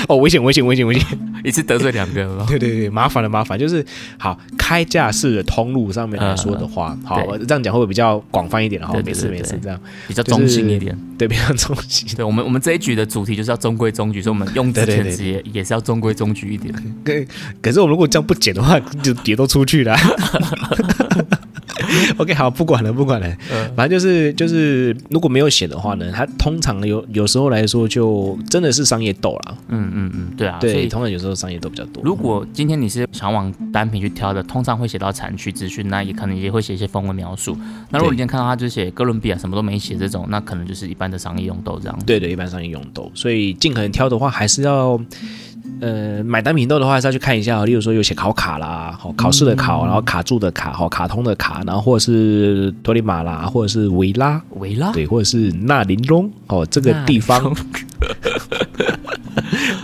Speaker 2: 哦危险危险危险危险， [laughs]
Speaker 1: 一次得罪两个有没有
Speaker 2: 对对对，麻烦了麻烦，就是好开架式的通路上面来说的话，好
Speaker 1: 嗯对
Speaker 2: 这样讲会不会比较广泛一点？然后
Speaker 1: 对对
Speaker 2: 没事
Speaker 1: 对
Speaker 2: 没事
Speaker 1: 对
Speaker 2: 这样，
Speaker 1: 比较中性一点。
Speaker 2: 对比较中心。
Speaker 1: 对我们我们这一局的主题就是要中规中矩，所以我们用之
Speaker 2: 对对
Speaker 1: 前
Speaker 2: 对
Speaker 1: 词也也是要中规中矩一点。
Speaker 2: 可可是我如果这样不剪的话，就也都
Speaker 1: [laughs]
Speaker 2: 出去了。OK，好，不管了，不管了，
Speaker 1: 嗯
Speaker 2: 反正就是就是，如果没有写的话呢，它通常有有时候来说就真的是商业斗啦，
Speaker 1: 嗯嗯嗯，对啊，所
Speaker 2: 对，
Speaker 1: 以
Speaker 2: 通常有时候商业斗比较多。
Speaker 1: 如果今天你是想往单品去挑的，通常会写到产区资讯，那也可能也会写一些风味描述。那如果
Speaker 2: 对
Speaker 1: 你今天看到它就写哥伦比亚什么都没写这种，那可能就是一般的商业用豆这样子。
Speaker 2: 对的，一般商业用豆，所以尽可能挑的话，还是要呃买单品豆的话，还是要去看一下哦，例如说有写考卡啦，好考试的
Speaker 1: 嗯
Speaker 2: 考，然后卡住的卡，好卡通的卡，然后或者是托里马啦，或者是维拉，
Speaker 1: 维拉，
Speaker 2: 对，或者是纳林龙哦，这个地
Speaker 1: 那
Speaker 2: 方
Speaker 1: 你说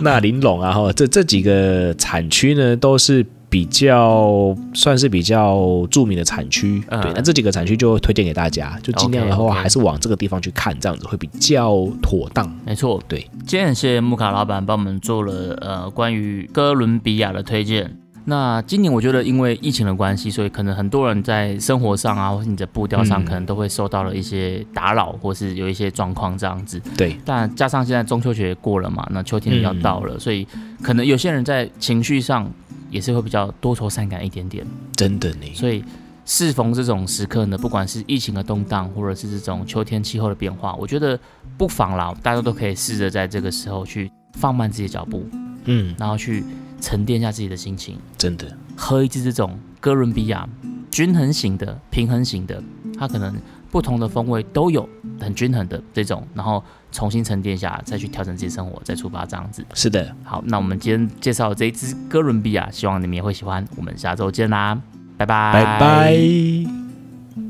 Speaker 1: [laughs]
Speaker 2: 纳林龙啊，哈，这这几个产区呢都是。比较算是比较著名的产区，
Speaker 1: 嗯
Speaker 2: 对，那这几个产区就推荐给大家，就尽量的话
Speaker 1: OK，OK
Speaker 2: 还是往这个地方去看，这样子会比较妥当。
Speaker 1: 没错，
Speaker 2: 对。
Speaker 1: 今天很谢谢木卡老板帮我们做了呃关于哥伦比亚的推荐。那今年我觉得因为疫情的关系，所以可能很多人在生活上啊，或是你的步调上，
Speaker 2: 嗯
Speaker 1: 可能都会受到了一些打扰，或是有一些状况这样子。
Speaker 2: 对，
Speaker 1: 但加上现在中秋节也过了嘛，那秋天也要到
Speaker 2: 嗯
Speaker 1: 了，所以可能有些人在情绪上也是会比较多愁善感一点点。
Speaker 2: 真的呢，
Speaker 1: 所以适逢这种时刻呢，不管是疫情的动荡，或者是这种秋天气候的变化，我觉得不妨啦，大家都可以试着在这个时候去放慢自己的脚步，
Speaker 2: 嗯，
Speaker 1: 然后去沉淀一下自己的心情，
Speaker 2: 真的，
Speaker 1: 喝一支这种哥伦比亚均衡型的、平衡型的，它可能不同的风味都有很均衡的这种，然后重新沉淀一下，再去调整自己的生活，再出发这样子。
Speaker 2: 是的，
Speaker 1: 好，那我们今天介绍的这一支哥伦比亚，希望你们也会喜欢。我们下周见啦，拜拜，
Speaker 2: 拜拜。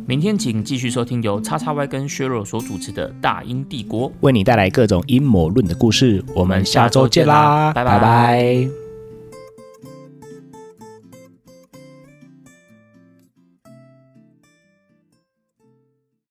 Speaker 1: 明天请继续收听由叉叉 Y 跟削弱所主持的《大英帝国》。
Speaker 2: 为你带来各种阴谋论的故事，我们下周见啦，
Speaker 1: 拜拜
Speaker 2: 拜